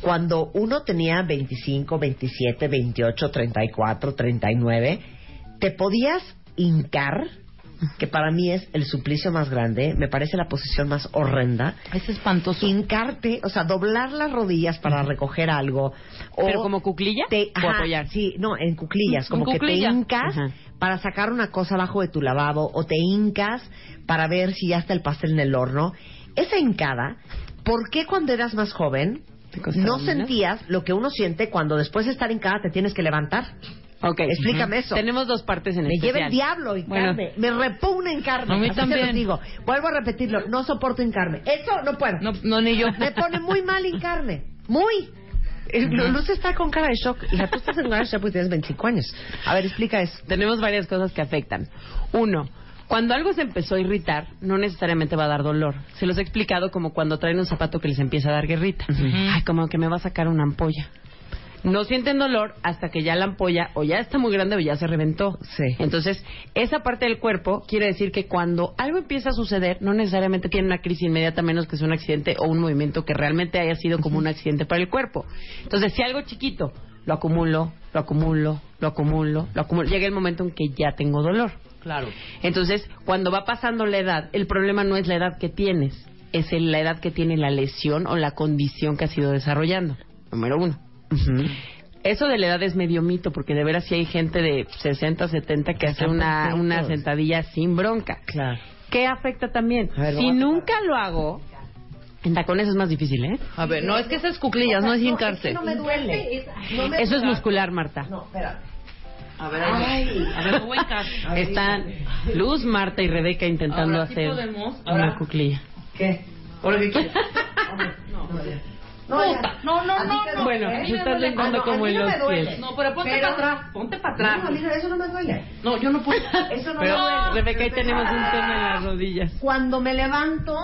Speaker 1: cuando uno tenía 25, 27, 28, 34, 39, te podías hincar, que para mí es el suplicio más grande, me parece la posición más horrenda.
Speaker 3: Es espantoso.
Speaker 1: Hincarte, o sea, doblar las rodillas para recoger algo. O
Speaker 4: ¿Pero como cuclilla
Speaker 1: te,
Speaker 4: o
Speaker 1: ajá,
Speaker 4: apoyar? Mm,
Speaker 1: Sí, no, en cuclillas,
Speaker 4: En
Speaker 1: como que
Speaker 4: cuclilla.
Speaker 1: te hincas
Speaker 4: Ajá.
Speaker 1: para sacar una cosa abajo de tu lavabo o te hincas para ver si ya está el pastel en el horno. Esa hincada, ¿por qué cuando eras más joven
Speaker 4: ¿Te costaba
Speaker 1: no
Speaker 4: menos?
Speaker 1: sentías lo que uno siente cuando después de estar hincada te tienes que levantar?
Speaker 4: Ok.
Speaker 1: Explícame
Speaker 4: Ujú.
Speaker 1: eso.
Speaker 4: Tenemos dos partes en
Speaker 1: Me
Speaker 4: especial.
Speaker 1: lleva el diablo hincarme. me repugna hincarme.
Speaker 3: A mí
Speaker 1: Así se
Speaker 3: también.
Speaker 1: los digo. Vuelvo a repetirlo, no soporto hincarme. Eso no puedo.
Speaker 3: No, no, ni yo.
Speaker 1: Me pone muy mal hincarme. Muy. Eh, Luz está con cara de shock. Y tú estás en cara de shock porque tienes 25 años. A ver, explica eso.
Speaker 4: Tenemos varias cosas que afectan. Uno, cuando algo se empezó a irritar, no necesariamente va a dar dolor. Se los he explicado como cuando traen un zapato que les empieza a dar guerrita. Ay, como que me va a sacar una ampolla. No sienten dolor hasta que ya la ampolla o ya está muy grande o ya se reventó.
Speaker 1: Sí.
Speaker 4: Entonces, esa parte del cuerpo quiere decir que cuando algo empieza a suceder, no necesariamente tiene una crisis inmediata, menos que sea un accidente o un movimiento que realmente haya sido como un accidente para el cuerpo. Entonces, si algo chiquito lo acumulo, lo acumulo, lo acumulo, lo acumulo, llega el momento en que ya tengo dolor.
Speaker 3: Claro.
Speaker 4: Entonces, cuando va pasando la edad, el problema no es la edad que tienes, es el- la edad que tiene la lesión o la condición que has ido desarrollando. Número uno. Eso de la edad es medio mito, porque de veras sí hay gente de 60, 70 que hace
Speaker 1: están
Speaker 4: una,
Speaker 1: perfectos.
Speaker 4: una sentadilla sin bronca.
Speaker 1: Claro.
Speaker 4: ¿Qué afecta también?
Speaker 1: A ver,
Speaker 4: si
Speaker 1: vamos a-
Speaker 4: nunca lo hago, en tacones es más difícil, ¿eh?
Speaker 3: A ver, no, es que esas cuclillas, no es hincarse.
Speaker 1: No me duele.
Speaker 4: Eso es muscular, Marta.
Speaker 1: No, espera.
Speaker 3: A ver,
Speaker 1: Ay.
Speaker 3: a ver, voy a hincar.
Speaker 4: Están Luz, Marta y Rebeca intentando
Speaker 3: Ahora sí
Speaker 4: hacer
Speaker 3: podemos, ahora-
Speaker 4: una cuclilla.
Speaker 1: ¿Qué? Ahora qué quieres. No, ya.
Speaker 3: Puta. No, no,
Speaker 1: A ti
Speaker 3: no,
Speaker 1: te
Speaker 3: no.
Speaker 1: duele.
Speaker 4: Bueno,
Speaker 3: A mí
Speaker 4: tú
Speaker 3: me
Speaker 4: estás
Speaker 3: duele.
Speaker 1: Ah,
Speaker 4: brincando
Speaker 1: no,
Speaker 4: como
Speaker 1: a mí
Speaker 4: en
Speaker 1: no
Speaker 4: los
Speaker 1: me duele.
Speaker 4: pies.
Speaker 3: No, pero ponte
Speaker 1: Pero-
Speaker 3: para atrás. Ponte para
Speaker 1: No, a
Speaker 3: atrás.
Speaker 1: mí no, eso no me duele.
Speaker 3: No, yo no puedo.
Speaker 1: Eso no
Speaker 4: Pero,
Speaker 1: me duele.
Speaker 4: Rebeca, ahí tenemos un tema en las rodillas.
Speaker 1: Cuando me levanto,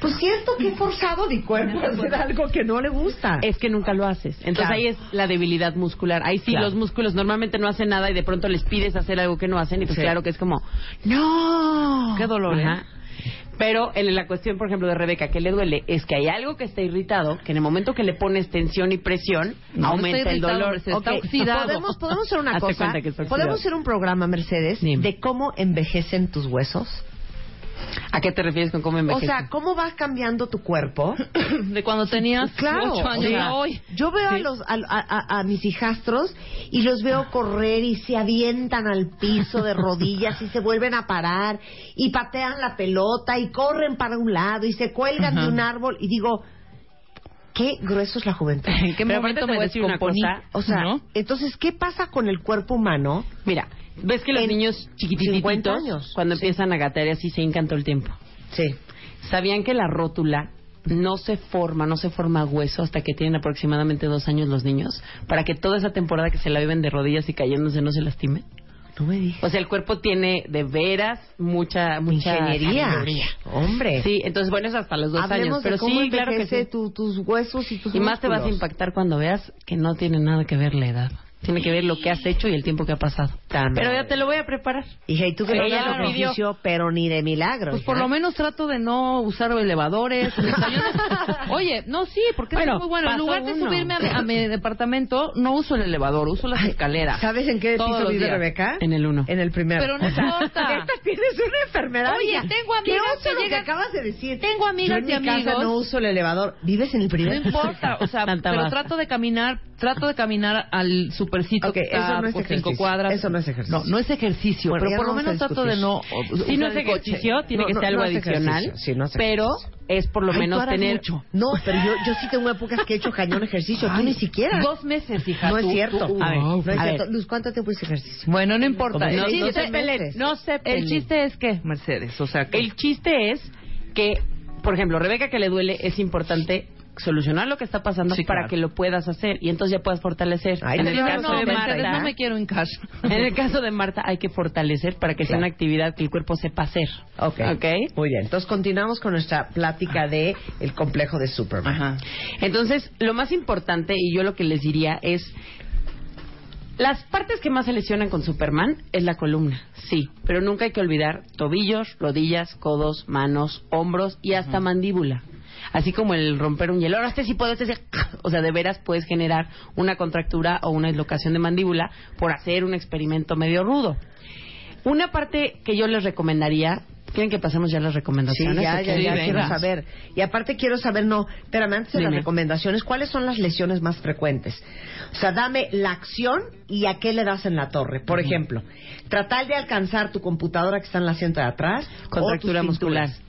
Speaker 1: pues siento que he forzado mi cuerpo a hacer algo que no le gusta.
Speaker 4: Es que nunca lo haces. Entonces
Speaker 1: Claro.
Speaker 4: ahí es la debilidad muscular. Ahí sí,
Speaker 1: Claro.
Speaker 4: los músculos normalmente no hacen nada y de pronto les pides hacer algo que no hacen y pues
Speaker 3: Sí.
Speaker 4: claro que es como, ¡No!
Speaker 3: Qué dolor, ¿eh?
Speaker 4: Pero en la cuestión, por ejemplo, de Rebeca, que le duele es que hay algo que está irritado, que en el momento que le pones tensión y presión,
Speaker 3: No,
Speaker 4: aumenta
Speaker 3: está
Speaker 4: el
Speaker 3: irritado,
Speaker 4: dolor.
Speaker 3: hombre, se está
Speaker 4: Ok,
Speaker 3: oxidado.
Speaker 1: Podemos, podemos hacer una
Speaker 4: Hazte
Speaker 1: cosa.
Speaker 4: cuenta que está oxidado.
Speaker 1: Podemos hacer un programa, Mercedes,
Speaker 4: Dime.
Speaker 1: de cómo envejecen tus huesos.
Speaker 4: ¿A qué te refieres con cómo
Speaker 1: O
Speaker 4: envejece?
Speaker 1: sea, cómo va cambiando tu cuerpo.
Speaker 3: De cuando tenías
Speaker 1: Claro,
Speaker 3: ocho años
Speaker 1: o sea,
Speaker 3: a hoy.
Speaker 1: yo veo a, los, a, a- a- a mis hijastros y los veo correr y se avientan al piso de rodillas y se vuelven a parar y patean la pelota y corren para un lado y se cuelgan de
Speaker 3: Ajá.
Speaker 1: un árbol y digo, qué grueso es la juventud.
Speaker 3: ¿En qué
Speaker 4: Pero aparte
Speaker 3: momento
Speaker 4: te
Speaker 3: me
Speaker 4: voy a decir una
Speaker 3: descomponí?
Speaker 4: cosa,
Speaker 1: O sea,
Speaker 3: ¿no?
Speaker 1: entonces, ¿qué pasa con el cuerpo humano?
Speaker 4: Mira, ves que los
Speaker 1: en
Speaker 4: niños
Speaker 1: 50
Speaker 4: chiquititos,
Speaker 1: años.
Speaker 4: cuando empiezan a gatear y así se encantó el tiempo.
Speaker 1: Sí.
Speaker 4: ¿Sabían que la rótula no se forma, no se forma hueso hasta que tienen aproximadamente dos años los niños? Para que toda esa temporada que se la viven de rodillas y cayéndose no se lastime.
Speaker 1: No me digas.
Speaker 4: O sea, el cuerpo tiene de veras mucha, mucha
Speaker 1: Ingeniería.
Speaker 4: sabiduría.
Speaker 1: Hombre.
Speaker 4: Sí, entonces bueno, es hasta los dos
Speaker 1: Hablemos
Speaker 4: años.
Speaker 1: de
Speaker 4: Pero
Speaker 1: cómo
Speaker 4: sí, claro que
Speaker 1: envejece
Speaker 4: sí.
Speaker 1: tu- tus huesos y tus
Speaker 4: Y más te vas a
Speaker 1: músculos.
Speaker 4: impactar cuando veas que no tiene nada que ver la edad. Tiene que ver lo que has hecho y el tiempo que ha pasado.
Speaker 1: Tan
Speaker 4: Pero
Speaker 1: mal.
Speaker 4: ya te lo voy a preparar.
Speaker 1: Dije, ¿y tú que
Speaker 4: Pero
Speaker 1: no
Speaker 4: ella
Speaker 1: tienes
Speaker 4: lo pidió.
Speaker 1: oficio, pero ni de milagro?
Speaker 3: Pues
Speaker 1: hija?
Speaker 3: por lo menos trato de no usar elevadores. o sea, yo no- Oye, no, sí, porque
Speaker 4: Bueno,
Speaker 3: es muy bueno. En
Speaker 4: pasó
Speaker 3: lugar de
Speaker 4: uno.
Speaker 3: subirme a mi, a mi departamento, no uso el elevador, uso las escaleras.
Speaker 1: ¿Sabes en qué
Speaker 3: Todos
Speaker 1: piso
Speaker 3: los
Speaker 1: vive
Speaker 3: días.
Speaker 1: Rebeca?
Speaker 4: ¿ah? En el uno.
Speaker 1: En el primero.
Speaker 3: Pero no
Speaker 1: O sea,
Speaker 3: importa.
Speaker 1: Esta tienes una enfermedad.
Speaker 3: Oye,
Speaker 1: hija.
Speaker 3: tengo
Speaker 1: Qué
Speaker 3: amigas
Speaker 1: oso
Speaker 3: que
Speaker 1: lo que
Speaker 3: llegan-
Speaker 1: acabas de decir.
Speaker 3: Tengo amigas
Speaker 1: Yo en
Speaker 3: y
Speaker 1: mi casa
Speaker 3: amigos.
Speaker 1: no uso el elevador. ¿Vives en el
Speaker 3: No
Speaker 1: primero?
Speaker 3: importa, o sea,
Speaker 4: Tanta
Speaker 3: pero
Speaker 4: baza.
Speaker 3: trato de caminar, trato de caminar al supercito
Speaker 1: Ok,
Speaker 3: que está
Speaker 1: eso no es
Speaker 3: por
Speaker 1: ejercicio.
Speaker 3: cinco cuadras.
Speaker 1: Eso no es ejercicio.
Speaker 3: No, no es ejercicio,
Speaker 1: Bueno, ya
Speaker 3: pero por
Speaker 1: no
Speaker 3: lo
Speaker 1: vamos a
Speaker 3: menos trato de
Speaker 1: discutir.
Speaker 3: no. o-
Speaker 4: Si no es
Speaker 3: usar el coche.
Speaker 4: ejercicio, tiene
Speaker 1: No,
Speaker 4: que
Speaker 1: no,
Speaker 4: ser algo
Speaker 1: no es
Speaker 4: adicional.
Speaker 1: ejercicio, sí, no es
Speaker 4: pero es por lo
Speaker 1: Ay, tú
Speaker 4: menos
Speaker 1: harás
Speaker 4: tener.
Speaker 1: mucho. No, pero yo, yo sí tengo épocas que he hecho cañón ejercicio. tú ni siquiera.
Speaker 3: Ah, Dos meses, hija.
Speaker 1: no es
Speaker 3: tú-
Speaker 1: cierto.
Speaker 3: tú-
Speaker 1: a ver, no
Speaker 4: a
Speaker 1: es
Speaker 4: ver.
Speaker 1: cierto. Luz, ¿cuánto tiempo hice ejercicio?
Speaker 3: Bueno, no importa.
Speaker 4: Como
Speaker 3: El
Speaker 4: no- no
Speaker 3: chiste-
Speaker 4: se peleen, no se
Speaker 3: El
Speaker 4: peleen.
Speaker 3: chiste es que, Mercedes, o sea, que
Speaker 4: El chiste es que, por ejemplo, Rebeca que le duele es importante solucionar lo que está pasando
Speaker 3: Sí,
Speaker 4: para
Speaker 3: claro.
Speaker 4: que lo puedas hacer y entonces ya puedas fortalecer.
Speaker 1: Ay,
Speaker 4: en,
Speaker 1: te
Speaker 4: el
Speaker 1: digo,
Speaker 4: caso
Speaker 3: no,
Speaker 4: de
Speaker 3: Mercedes,
Speaker 4: Marta,
Speaker 3: no me quiero en cash.
Speaker 4: en el caso de Marta hay que fortalecer para que sea una actividad que el cuerpo sepa hacer.
Speaker 1: Ok.
Speaker 4: ¿Ok?
Speaker 1: Muy bien. Entonces continuamos con nuestra plática de el complejo de Superman.
Speaker 3: Ajá.
Speaker 4: Entonces, lo más importante, y yo lo que les diría es, las partes que más se lesionan con Superman es la columna, sí, pero nunca hay que olvidar tobillos, rodillas, codos, manos, hombros y hasta mandíbula. Así como el romper un hielo. Ahora este sí puede este sí. O sea, de veras puedes generar una contractura o una dislocación de mandíbula por hacer un experimento medio rudo. Una parte que yo les recomendaría, ¿quieren que pasemos ya a las
Speaker 1: Sí,
Speaker 4: recomendaciones?
Speaker 1: ya, ya,
Speaker 4: ¿O qué?
Speaker 1: ya
Speaker 4: Sí,
Speaker 1: quiero
Speaker 4: venga.
Speaker 1: saber. Y aparte quiero saber, no, espérame, antes de las
Speaker 4: Dime.
Speaker 1: recomendaciones, ¿cuáles son las lesiones más frecuentes? O sea, dame la acción y a qué le das en la torre. Por ejemplo, tratar de alcanzar tu computadora que está en la asiento de atrás. o
Speaker 4: Contractura
Speaker 1: tus
Speaker 4: muscular.
Speaker 1: pinturas.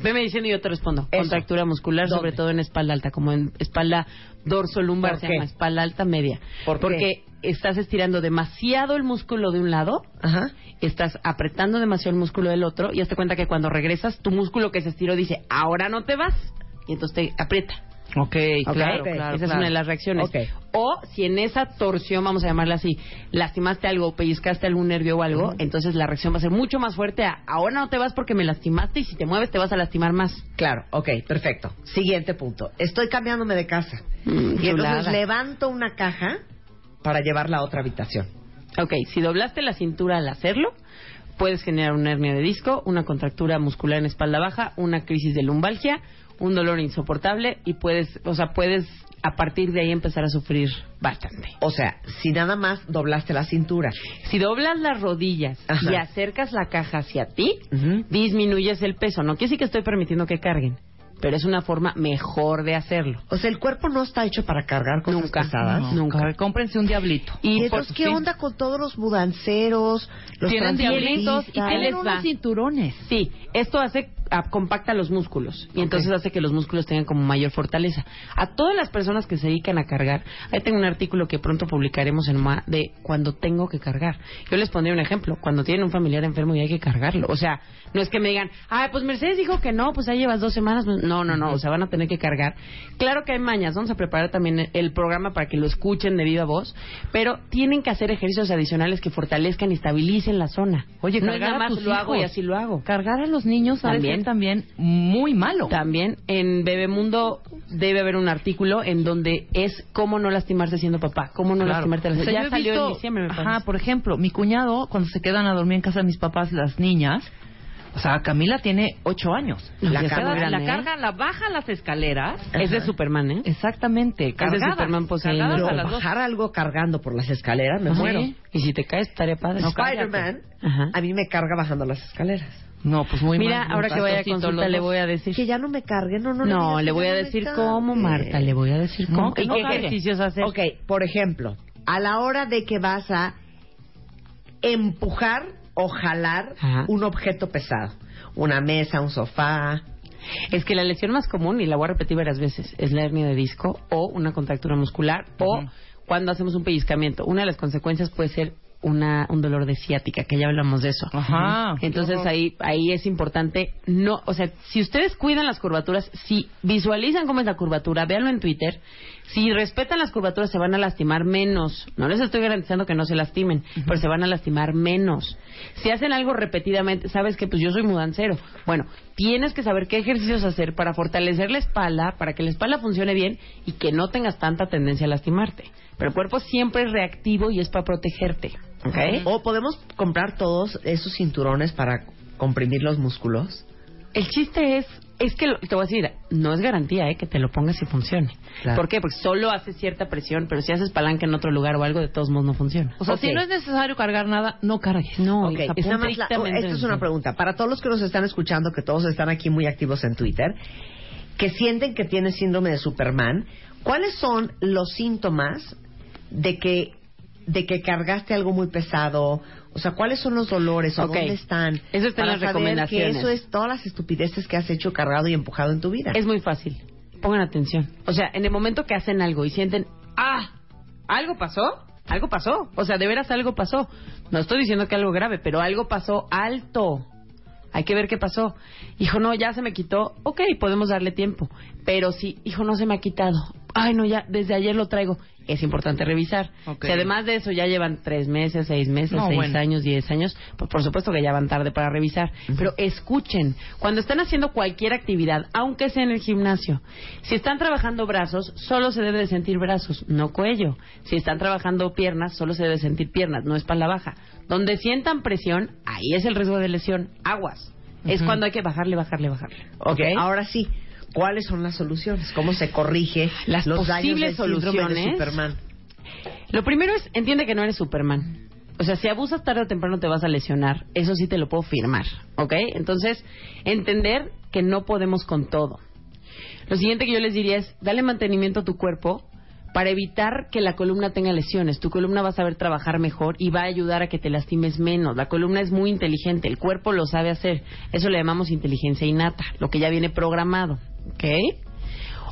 Speaker 4: Veme diciendo y yo te respondo.
Speaker 1: Eso.
Speaker 4: Contractura muscular,
Speaker 1: ¿Dónde?
Speaker 4: sobre todo en espalda alta, como en espalda dorso lumbar,
Speaker 1: ¿Por
Speaker 4: se
Speaker 1: qué?
Speaker 4: llama espalda alta media.
Speaker 1: ¿Por
Speaker 4: Porque estás estirando demasiado el músculo de un lado,
Speaker 1: Ajá.
Speaker 4: estás apretando demasiado el músculo del otro, y hazte cuenta que cuando regresas, tu músculo que se estiró dice, ahora no te vas, y entonces te aprieta.
Speaker 3: Ok,
Speaker 4: ¿ok?
Speaker 3: claro,
Speaker 4: Esa
Speaker 3: claro.
Speaker 4: es
Speaker 3: claro.
Speaker 4: una de las reacciones.
Speaker 1: Ok.
Speaker 4: O si en esa torsión, vamos a llamarla así, lastimaste algo, pellizcaste algún nervio o algo, entonces la reacción va a ser mucho más fuerte a ahora no te vas porque me lastimaste y si te mueves te vas a lastimar más.
Speaker 1: Claro, ok, perfecto. Siguiente punto. Estoy cambiándome de casa.
Speaker 4: Mm,
Speaker 1: y entonces
Speaker 4: chulada.
Speaker 1: levanto una caja para llevarla a otra habitación.
Speaker 4: Ok, si doblaste la cintura al hacerlo, puedes generar una hernia de disco, una contractura muscular en espalda baja, una crisis de lumbalgia, un dolor insoportable y puedes, o sea, puedes a partir de ahí empezar a sufrir bastante.
Speaker 1: O sea, si nada más doblaste la cintura.
Speaker 4: Si doblas las rodillas
Speaker 1: Ajá.
Speaker 4: y acercas la caja hacia ti,
Speaker 1: Ujú.
Speaker 4: disminuyes el peso. No quiere decir que estoy permitiendo que carguen, pero es una forma mejor de hacerlo.
Speaker 1: O sea, el cuerpo no está hecho para cargar cosas
Speaker 4: Nunca,
Speaker 1: pesadas.
Speaker 4: no.
Speaker 3: Nunca. A ver, cómprense un diablito.
Speaker 1: Y
Speaker 4: por-
Speaker 1: entonces, ¿qué
Speaker 4: sí.
Speaker 1: onda con todos los mudanceros? Los
Speaker 3: tienen diablitos y
Speaker 1: transportistas?
Speaker 4: ahí les
Speaker 3: tienen
Speaker 4: va.
Speaker 3: unos cinturones.
Speaker 4: Sí, esto hace a- compacta los músculos y entonces hace que los músculos tengan como mayor fortaleza. A todas las personas que se dedican a cargar, ahí tengo un artículo que pronto publicaremos en MOA de cuando tengo que cargar. Yo les pondría un ejemplo, cuando tienen un familiar enfermo y hay que cargarlo. O sea, no es que me digan, ah, pues Mercedes dijo que no, pues ya llevas dos semanas. No, no, no, o sea, van a tener que cargar. Claro que hay mañas, vamos a preparar también el programa para que lo escuchen de viva voz, pero tienen que hacer ejercicios adicionales que fortalezcan y estabilicen la zona.
Speaker 3: Oye,
Speaker 4: no es
Speaker 3: cargar
Speaker 4: nada
Speaker 3: a
Speaker 4: más
Speaker 3: tus
Speaker 4: lo hago y
Speaker 3: hijos.
Speaker 4: así lo hago.
Speaker 3: Cargar a los niños ha de
Speaker 4: También.
Speaker 3: ser también muy malo.
Speaker 4: También en Bebemundo debe haber un artículo en donde es cómo no lastimarse siendo papá, cómo no
Speaker 3: Claro.
Speaker 4: lastimarte.
Speaker 3: O sea, yo
Speaker 4: ya
Speaker 3: he
Speaker 4: salió
Speaker 3: visto-
Speaker 4: en diciembre, me
Speaker 3: Ajá,
Speaker 4: parece.
Speaker 3: por ejemplo, mi cuñado, cuando se quedan a dormir en casa de mis papás, las niñas, o sea, Camila tiene ocho años.
Speaker 4: Ya
Speaker 3: La,
Speaker 4: está
Speaker 3: carga,
Speaker 4: muy grande, ¿eh?
Speaker 3: la carga, la baja las escaleras.
Speaker 4: Es de Superman, ¿eh?
Speaker 3: Exactamente, cargadas.
Speaker 4: Superman poseído.
Speaker 3: cargadas
Speaker 1: Yo
Speaker 3: a las dos.
Speaker 1: Pues bajar algo cargando por las escaleras me
Speaker 4: Sí.
Speaker 1: muero.
Speaker 4: Y si te caes, estaría padre.
Speaker 1: Spider-Man,
Speaker 4: Ajá.
Speaker 1: a mí me carga bajando las escaleras.
Speaker 3: No, pues muy
Speaker 4: Mira,
Speaker 3: mal.
Speaker 4: ahora que vaya a
Speaker 3: Tostito,
Speaker 4: consulta
Speaker 3: los
Speaker 4: le
Speaker 3: dos.
Speaker 4: voy a decir.
Speaker 1: Que ya no me cargue, no, no.
Speaker 4: No,
Speaker 1: digas
Speaker 4: le
Speaker 1: que
Speaker 4: voy
Speaker 1: ya
Speaker 4: a
Speaker 1: no me
Speaker 4: decir
Speaker 1: cargue.
Speaker 4: cómo,
Speaker 1: Eh,
Speaker 4: Marta, le voy a decir
Speaker 3: No,
Speaker 4: cómo.
Speaker 3: que
Speaker 4: ¿Y
Speaker 3: no
Speaker 4: qué
Speaker 3: cargue.
Speaker 4: ejercicios hacer?
Speaker 1: Ok, por ejemplo, a la hora de que vas a empujar o jalar
Speaker 4: Ajá.
Speaker 1: un objeto pesado, una mesa, un sofá,
Speaker 4: Es que la lesión más común, y la voy a repetir varias veces, es la hernia de disco o una contractura muscular o
Speaker 3: Ujú.
Speaker 4: cuando hacemos un pellizcamiento. Una de las consecuencias puede ser una, un dolor de ciática, que ya hablamos de eso.
Speaker 3: Ajá.
Speaker 4: Entonces ahí, ahí es importante, no, o sea, si ustedes cuidan las curvaturas, si visualizan cómo es la curvatura, véanlo en Twitter, si respetan las curvaturas se van a lastimar menos. No les estoy garantizando que no se lastimen, pero se van a lastimar menos. Si hacen algo repetidamente, sabes que pues yo soy mudancero. Bueno, tienes que saber qué ejercicios hacer para fortalecer la espalda, para que la espalda funcione bien y que no tengas tanta tendencia a lastimarte. Pero el cuerpo siempre es reactivo y es para protegerte. ¿Ok?
Speaker 1: o podemos comprar todos esos cinturones para comprimir los músculos.
Speaker 4: El chiste es, es que lo- te voy a decir, no es garantía ¿eh? que te lo pongas y funcione.
Speaker 1: Claro.
Speaker 4: ¿Por qué? Porque solo hace cierta presión, pero si haces palanca en otro lugar o algo, de todos modos no funciona.
Speaker 3: O sea, si
Speaker 1: Ok.
Speaker 3: no es necesario cargar nada, no cargues.
Speaker 4: No,
Speaker 1: Ok,
Speaker 4: y
Speaker 1: es nada más la- oh,
Speaker 4: estrictamente
Speaker 1: esta es una
Speaker 4: en-
Speaker 1: pregunta. Para todos los que nos están escuchando, que todos están aquí muy activos en Twitter, que sienten que tienen síndrome de Superman, ¿cuáles son los síntomas de que de que cargaste algo muy pesado? O sea, ¿cuáles son los dolores o
Speaker 4: Ok.
Speaker 1: dónde están?
Speaker 4: Eso está
Speaker 1: Para
Speaker 4: en las
Speaker 1: saber
Speaker 4: recomendaciones.
Speaker 1: Que eso es todas las estupideces que has hecho cargado y empujado en tu vida.
Speaker 4: Es muy fácil. Pongan atención. O sea, en el momento que hacen algo y sienten, ah, algo pasó, algo pasó. O sea, de veras algo pasó. No estoy diciendo que algo grave, pero algo pasó alto. Hay que ver qué pasó. Hijo, no, ya se me quitó. Ok, podemos darle tiempo. Pero si, hijo, no se me ha quitado. Ay, no, ya, desde ayer lo traigo. Es importante revisar.
Speaker 3: Ok.
Speaker 4: Si además de eso ya llevan tres meses, seis meses,
Speaker 3: No,
Speaker 4: seis
Speaker 3: bueno.
Speaker 4: años, diez años, pues por supuesto que ya van tarde para revisar. Pero escuchen, cuando están haciendo cualquier actividad, aunque sea en el gimnasio, si están trabajando brazos, solo se debe de sentir brazos, no cuello. Si están trabajando piernas, solo se debe de sentir piernas, no espalda baja. Donde sientan presión, ahí es el riesgo de lesión. Aguas. Es
Speaker 3: Ujú.
Speaker 4: cuando hay que bajarle, bajarle, bajarle.
Speaker 1: Ok. Ahora sí, ¿cuáles son las soluciones? ¿Cómo se corrige
Speaker 4: Las
Speaker 1: los daños
Speaker 4: posibles
Speaker 1: del síndrome
Speaker 4: soluciones.
Speaker 1: de Superman?
Speaker 4: Lo primero es, entiende que no eres Superman. O sea, si abusas tarde o temprano te vas a lesionar. Eso sí te lo puedo firmar, ¿ok? Entonces, entender que no podemos con todo. Lo siguiente que yo les diría es, dale mantenimiento a tu cuerpo para evitar que la columna tenga lesiones. Tu columna va a saber trabajar mejor y va a ayudar a que te lastimes menos. La columna es muy inteligente, el cuerpo lo sabe hacer. Eso le llamamos inteligencia innata, lo que ya viene programado, ¿ok?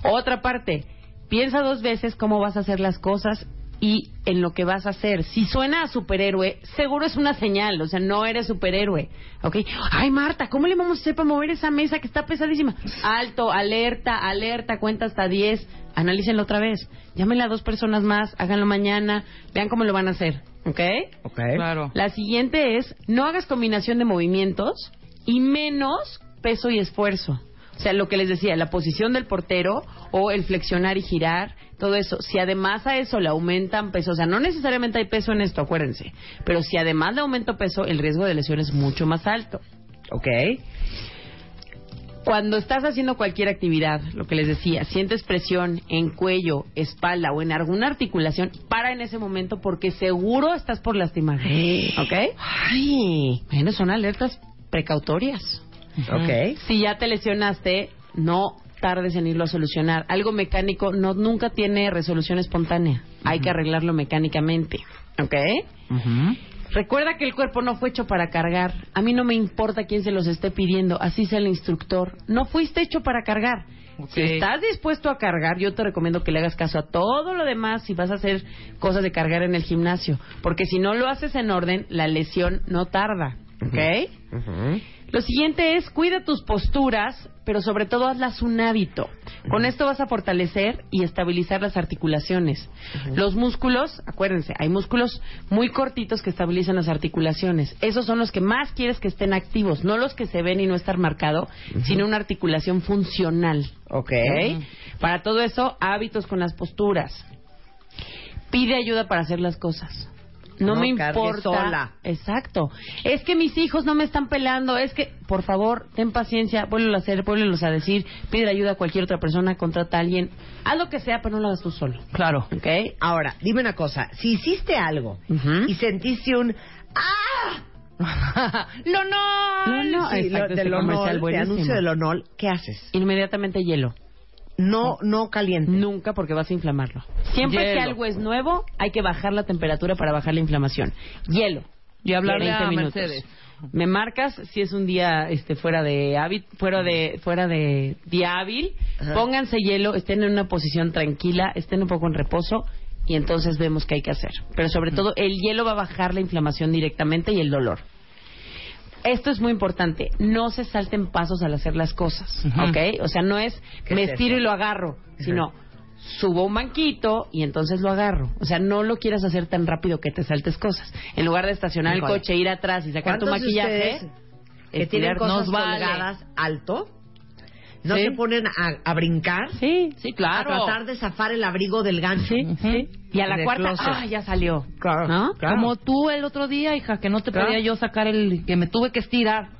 Speaker 4: Otra parte, piensa dos veces cómo vas a hacer las cosas y en lo que vas a hacer. Si suena a superhéroe, seguro es una señal, o sea, no eres superhéroe, ¿ok? Ay, Marta, ¿cómo le vamos a hacer para mover esa mesa que está pesadísima? Alto, alerta, alerta, cuenta hasta 10, analícenlo otra vez, llámenle a dos personas más, háganlo mañana, vean cómo lo van a hacer, ¿ok?
Speaker 1: Ok.
Speaker 3: Claro.
Speaker 4: La siguiente es, no hagas combinación de movimientos y menos peso y esfuerzo. O sea, lo que les decía, la posición del portero o el flexionar y girar, todo eso. Si además a eso le aumentan peso, o sea, no necesariamente hay peso en esto, acuérdense, pero si además le aumento peso, el riesgo de lesión es mucho más alto
Speaker 1: Ok.
Speaker 4: cuando estás haciendo cualquier actividad, lo que les decía, sientes presión en cuello, espalda o en alguna articulación, para en ese momento porque seguro estás por lastimar. ¿Ok? Ay. Bueno, son alertas precautorias.
Speaker 1: Ok.
Speaker 4: Si ya te lesionaste, no tardes en irlo a solucionar. Algo mecánico no nunca tiene resolución espontánea. Hay que arreglarlo mecánicamente. ¿Ok? Recuerda que el cuerpo no fue hecho para cargar. A mí no me importa quién se los esté pidiendo, así sea el instructor. No fuiste hecho para cargar.
Speaker 3: Ok.
Speaker 4: Si estás dispuesto a cargar, yo te recomiendo que le hagas caso a todo lo demás si vas a hacer cosas de cargar en el gimnasio. Porque si no lo haces en orden, la lesión no tarda. ¿Ok? Lo siguiente es cuida tus posturas, pero sobre todo hazlas un hábito. Con esto vas a fortalecer y estabilizar las articulaciones. Los músculos, acuérdense, hay músculos muy cortitos que estabilizan las articulaciones. Esos son los que más quieres que estén activos, no los que se ven y no estar marcado, sino una articulación funcional.
Speaker 1: Ok.
Speaker 4: ¿ok? Para todo eso, hábitos con las posturas. Pide ayuda para hacer las cosas. No,
Speaker 1: No
Speaker 4: me
Speaker 1: cargues
Speaker 4: importa.
Speaker 1: sola.
Speaker 4: Exacto. Es que mis hijos no me están pelando. Es que, por favor, ten paciencia. Vuélvelo a hacer, vuélvelos a decir. Pide ayuda a cualquier otra persona, contrata a alguien. Haz lo que sea, pero no lo hagas tú solo.
Speaker 3: Claro.
Speaker 4: ¿Ok?
Speaker 1: Ahora, dime una cosa. Si hiciste algo
Speaker 4: Ujú.
Speaker 1: y sentiste un... ¡Ah!
Speaker 4: ¡Lo no!
Speaker 1: Sí,
Speaker 4: no!
Speaker 1: lo- del Lonol, te anuncio del Lonol, ¿qué haces?
Speaker 4: Inmediatamente hielo.
Speaker 1: No,
Speaker 4: Mm.
Speaker 1: no caliente.
Speaker 4: Nunca porque vas a inflamarlo. Siempre que
Speaker 3: Hielo.
Speaker 4: algo es nuevo, hay que bajar la temperatura para bajar la inflamación. Hielo.
Speaker 3: Y hablarle
Speaker 4: 20
Speaker 3: a
Speaker 4: minutos.
Speaker 3: Mercedes.
Speaker 4: Me marcas si es un día este fuera de hábit, fuera de fuera de día hábil.
Speaker 1: Ajá.
Speaker 4: Pónganse hielo, estén en una posición tranquila, estén un poco en reposo y entonces vemos qué hay que hacer. Pero sobre
Speaker 1: Mm.
Speaker 4: todo el hielo va a bajar la inflamación directamente y el dolor. Esto es muy importante. No se salten pasos al hacer las cosas,
Speaker 3: Ujú.
Speaker 4: ¿ok? O sea, no es
Speaker 1: ¿Qué
Speaker 4: me
Speaker 1: es
Speaker 4: estiro
Speaker 1: eso?
Speaker 4: y lo agarro, sino subo un banquito y entonces lo agarro. O sea, no lo quieras hacer tan rápido que te saltes cosas. En lugar de estacionar
Speaker 1: Híjole.
Speaker 4: el coche, ir atrás y sacar tu
Speaker 1: ¿Cuántos de
Speaker 4: maquillaje,
Speaker 1: ustedes que tienen
Speaker 4: estirar
Speaker 1: cosas
Speaker 4: nos vale.
Speaker 1: colgadas alto, no
Speaker 4: Sí.
Speaker 1: se ponen a, a brincar,
Speaker 4: Sí,
Speaker 3: Sí,
Speaker 1: a
Speaker 3: claro.
Speaker 1: tratar de zafar el abrigo del gancho.
Speaker 4: sí,
Speaker 3: Ujú.
Speaker 4: sí. Y a
Speaker 1: En
Speaker 4: la
Speaker 1: el
Speaker 4: cuarta,
Speaker 1: closet.
Speaker 4: ah, ya salió.
Speaker 1: Claro,
Speaker 4: ¿No?
Speaker 1: claro.
Speaker 3: Como tú el otro día, hija, que no te
Speaker 1: Claro.
Speaker 3: podía yo sacar el... que me tuve que estirar.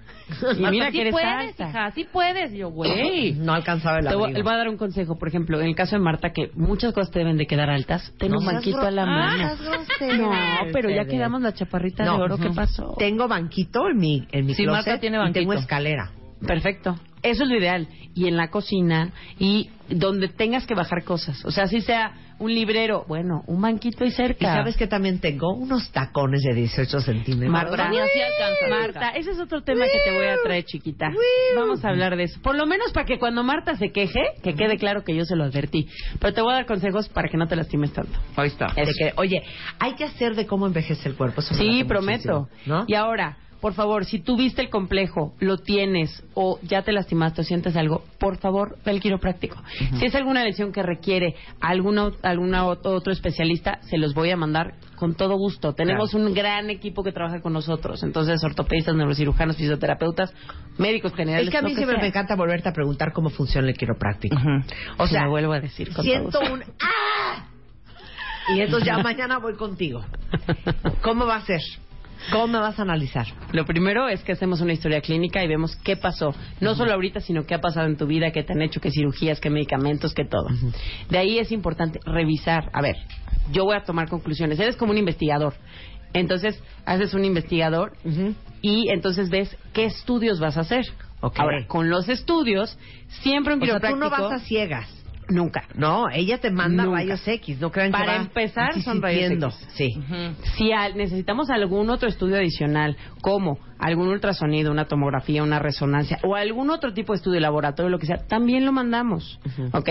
Speaker 4: Y mira que
Speaker 3: sí
Speaker 4: eres
Speaker 3: puedes,
Speaker 4: alta.
Speaker 3: hija, sí puedes. Y Yo, güey.
Speaker 1: No alcanzaba el
Speaker 4: Te voy,
Speaker 1: abrigo.
Speaker 4: le voy a dar un consejo, por ejemplo, en el caso de Marta, que muchas cosas te deben de quedar altas, ten
Speaker 1: No
Speaker 4: un
Speaker 1: seas
Speaker 4: banquito
Speaker 1: gro-
Speaker 4: a la
Speaker 1: Ah,
Speaker 4: mano.
Speaker 1: seas grosera,
Speaker 4: No,
Speaker 1: Mercedes.
Speaker 4: pero ya quedamos la chaparrita
Speaker 1: No,
Speaker 4: de oro, ¿qué
Speaker 1: ujú.
Speaker 4: pasó?
Speaker 1: Tengo banquito en mi, en mi
Speaker 3: Sí,
Speaker 1: closet
Speaker 3: Marta tiene
Speaker 1: y tengo
Speaker 3: banquito.
Speaker 1: escalera.
Speaker 4: Perfecto. Eso es lo ideal. Y en la cocina y donde tengas que bajar cosas. O sea, si sea un librero, bueno, un banquito y
Speaker 1: Y
Speaker 4: cerca.
Speaker 1: sabes que también tengo unos tacones de 18 centímetros.
Speaker 4: Marta,
Speaker 3: Ahora sí alcanza,
Speaker 4: Marta, ese es otro tema que te voy a traer, chiquita. Vamos a hablar de eso. Por lo menos para que cuando Marta se queje, que quede claro que yo se lo advertí. Pero te voy a dar consejos para que no te lastimes tanto.
Speaker 3: Ahí está.
Speaker 1: De que, oye, hay que hacer de cómo envejece el cuerpo. eso me
Speaker 4: Sí,
Speaker 1: late
Speaker 4: prometo.
Speaker 1: muchísimo, ¿no?
Speaker 4: Y ahora, por favor, si tuviste el complejo, lo tienes o ya te lastimaste o sientes algo, por favor, ve al quiropráctico. Si es alguna lesión que requiere alguno, alguna ot- otro especialista, se los voy a mandar con todo gusto. Tenemos un gran equipo que trabaja con nosotros. Entonces, ortopedistas, neurocirujanos, fisioterapeutas, médicos generales.
Speaker 1: es que a mí
Speaker 4: lo
Speaker 1: siempre
Speaker 4: sea.
Speaker 1: me encanta volverte a preguntar cómo funciona el quiropráctico. O
Speaker 4: O sea,
Speaker 1: sea,
Speaker 4: lo vuelvo a decir. con
Speaker 1: siento
Speaker 4: todo gusto.
Speaker 1: un ¡ah! Y entonces ya mañana voy contigo. ¿Cómo va a ser? ¿Cómo me vas a analizar?
Speaker 4: Lo primero es que hacemos una historia clínica y vemos qué pasó. No solo ahorita, sino qué ha pasado en tu vida, qué te han hecho, qué cirugías, qué medicamentos, qué todo. De ahí es importante revisar. A ver, yo voy a tomar conclusiones. Eres como un investigador. Entonces, haces un investigador y entonces ves qué estudios vas a hacer.
Speaker 1: Ok.
Speaker 4: Ahora, con los estudios, siempre un
Speaker 1: O sea, tú
Speaker 4: quiropráctico...
Speaker 1: no vas a ciegas.
Speaker 4: Nunca.
Speaker 1: No, ella te manda
Speaker 4: Nunca.
Speaker 1: rayos X, no crean que
Speaker 4: Para
Speaker 1: va
Speaker 4: empezar, son rayos
Speaker 1: insistiendo.
Speaker 4: X.
Speaker 1: Sí.
Speaker 4: Si al- necesitamos algún otro estudio adicional, como algún ultrasonido, una tomografía, una resonancia o algún otro tipo de estudio de laboratorio, lo que sea, también lo mandamos,
Speaker 1: Ujú.
Speaker 4: ¿ok?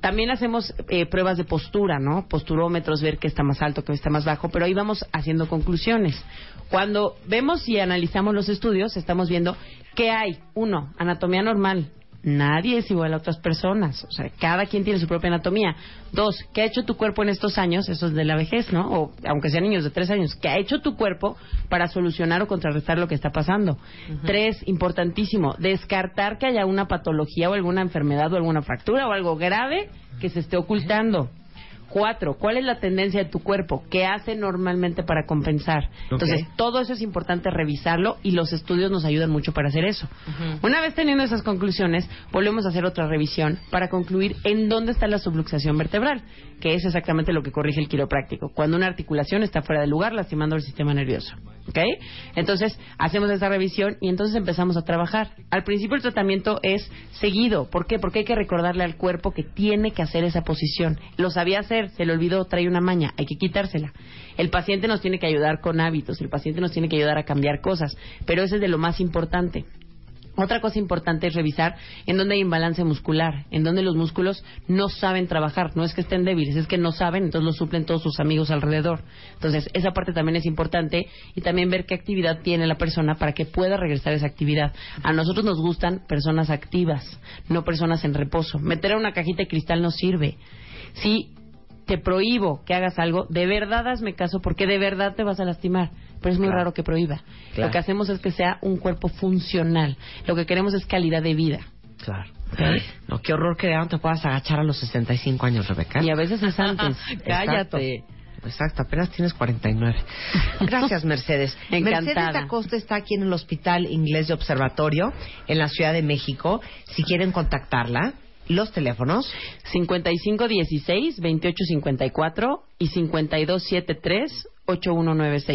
Speaker 4: También hacemos eh, pruebas de postura, ¿no? Posturómetros, ver qué está más alto, qué está más bajo, pero ahí vamos haciendo conclusiones. Cuando vemos y analizamos los estudios, estamos viendo qué hay. Uno, anatomía normal. Nadie es igual a otras personas. O sea, cada quien tiene su propia anatomía. Dos, ¿qué ha hecho tu cuerpo en estos años? Eso es de la vejez, ¿no? O aunque sean niños de tres años. ¿Qué ha hecho tu cuerpo para solucionar o contrarrestar lo que está pasando? Tres, importantísimo, descartar que haya una patología o alguna enfermedad o alguna fractura o algo grave que se esté ocultando. Cuatro, ¿cuál es la tendencia de tu cuerpo? ¿Qué hace normalmente para compensar? Entonces, todo eso es importante revisarlo y los estudios nos ayudan mucho para hacer eso. Una vez teniendo esas conclusiones, volvemos a hacer otra revisión para concluir en dónde está la subluxación vertebral, que es exactamente lo que corrige el quiropráctico, cuando una articulación está fuera de lugar lastimando el sistema nervioso. ¿Ok? Entonces, hacemos esa revisión y entonces empezamos a trabajar. Al principio el tratamiento es seguido. ¿Por qué? Porque hay que recordarle al cuerpo que tiene que hacer esa posición. Lo sabía hacer, se le olvidó, trae una maña, hay que quitársela. El paciente nos tiene que ayudar con hábitos, el paciente nos tiene que ayudar a cambiar cosas, pero ese es de lo más importante. Otra cosa importante es revisar en dónde hay imbalance muscular, en dónde los músculos no saben trabajar, no es que estén débiles, es que no saben, entonces lo suplen todos sus amigos alrededor. Entonces, esa parte también es importante y también ver qué actividad tiene la persona para que pueda regresar a esa actividad. A nosotros nos gustan personas activas, no personas en reposo. Meter a una cajita de cristal no sirve. Si te prohíbo que hagas algo, de verdad hazme caso porque de verdad te vas a lastimar. Pero es muy raro que prohíba.
Speaker 1: Claro.
Speaker 4: Lo que hacemos es que sea un cuerpo funcional. Lo que queremos es calidad de vida.
Speaker 1: Claro. No, qué horror que ya no te puedas agachar a los 65 años, Rebeca.
Speaker 4: Y a veces es antes.
Speaker 1: Ah. Cállate. Exacto, apenas tienes 49. Gracias, Mercedes.
Speaker 4: Encantada.
Speaker 1: Mercedes Acosta está aquí en el Hospital Inglés de Observatorio, en la Ciudad de México. Si quieren contactarla, los teléfonos.
Speaker 4: 5516-2854 y 5273-8196.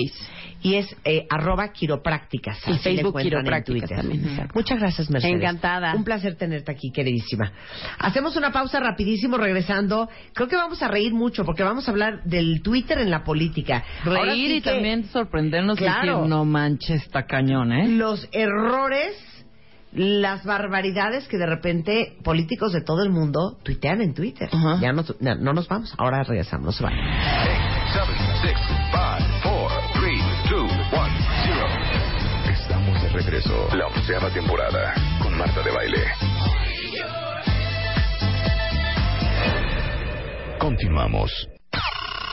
Speaker 1: Y es eh, arroba quiroprácticas.
Speaker 4: Y
Speaker 1: así la
Speaker 4: Facebook
Speaker 1: encuentran en
Speaker 4: Quiroprácticas
Speaker 1: Twitter.
Speaker 4: también, exacto.
Speaker 1: Muchas gracias, Mercedes.
Speaker 4: Encantada.
Speaker 1: Un placer tenerte aquí, queridísima. Hacemos una pausa rapidísimo regresando. Creo que vamos a reír mucho porque vamos a hablar del Twitter en la política. Ahora
Speaker 3: Reír
Speaker 1: sí
Speaker 3: y
Speaker 1: que
Speaker 3: también sorprendernos y
Speaker 1: Claro.
Speaker 3: decir, no manches, está cañón, ¿eh?
Speaker 1: Los errores, las barbaridades que de repente políticos de todo el mundo tuitean en Twitter.
Speaker 3: Ajá.
Speaker 1: Ya no, tu- no, no nos vamos. Ahora regresamos. no se vayan.
Speaker 5: Seven, six, five, four, three, two, one, zero. Estamos de regreso. La onceava temporada con Marta de Baile. Continuamos.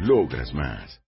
Speaker 5: logras más.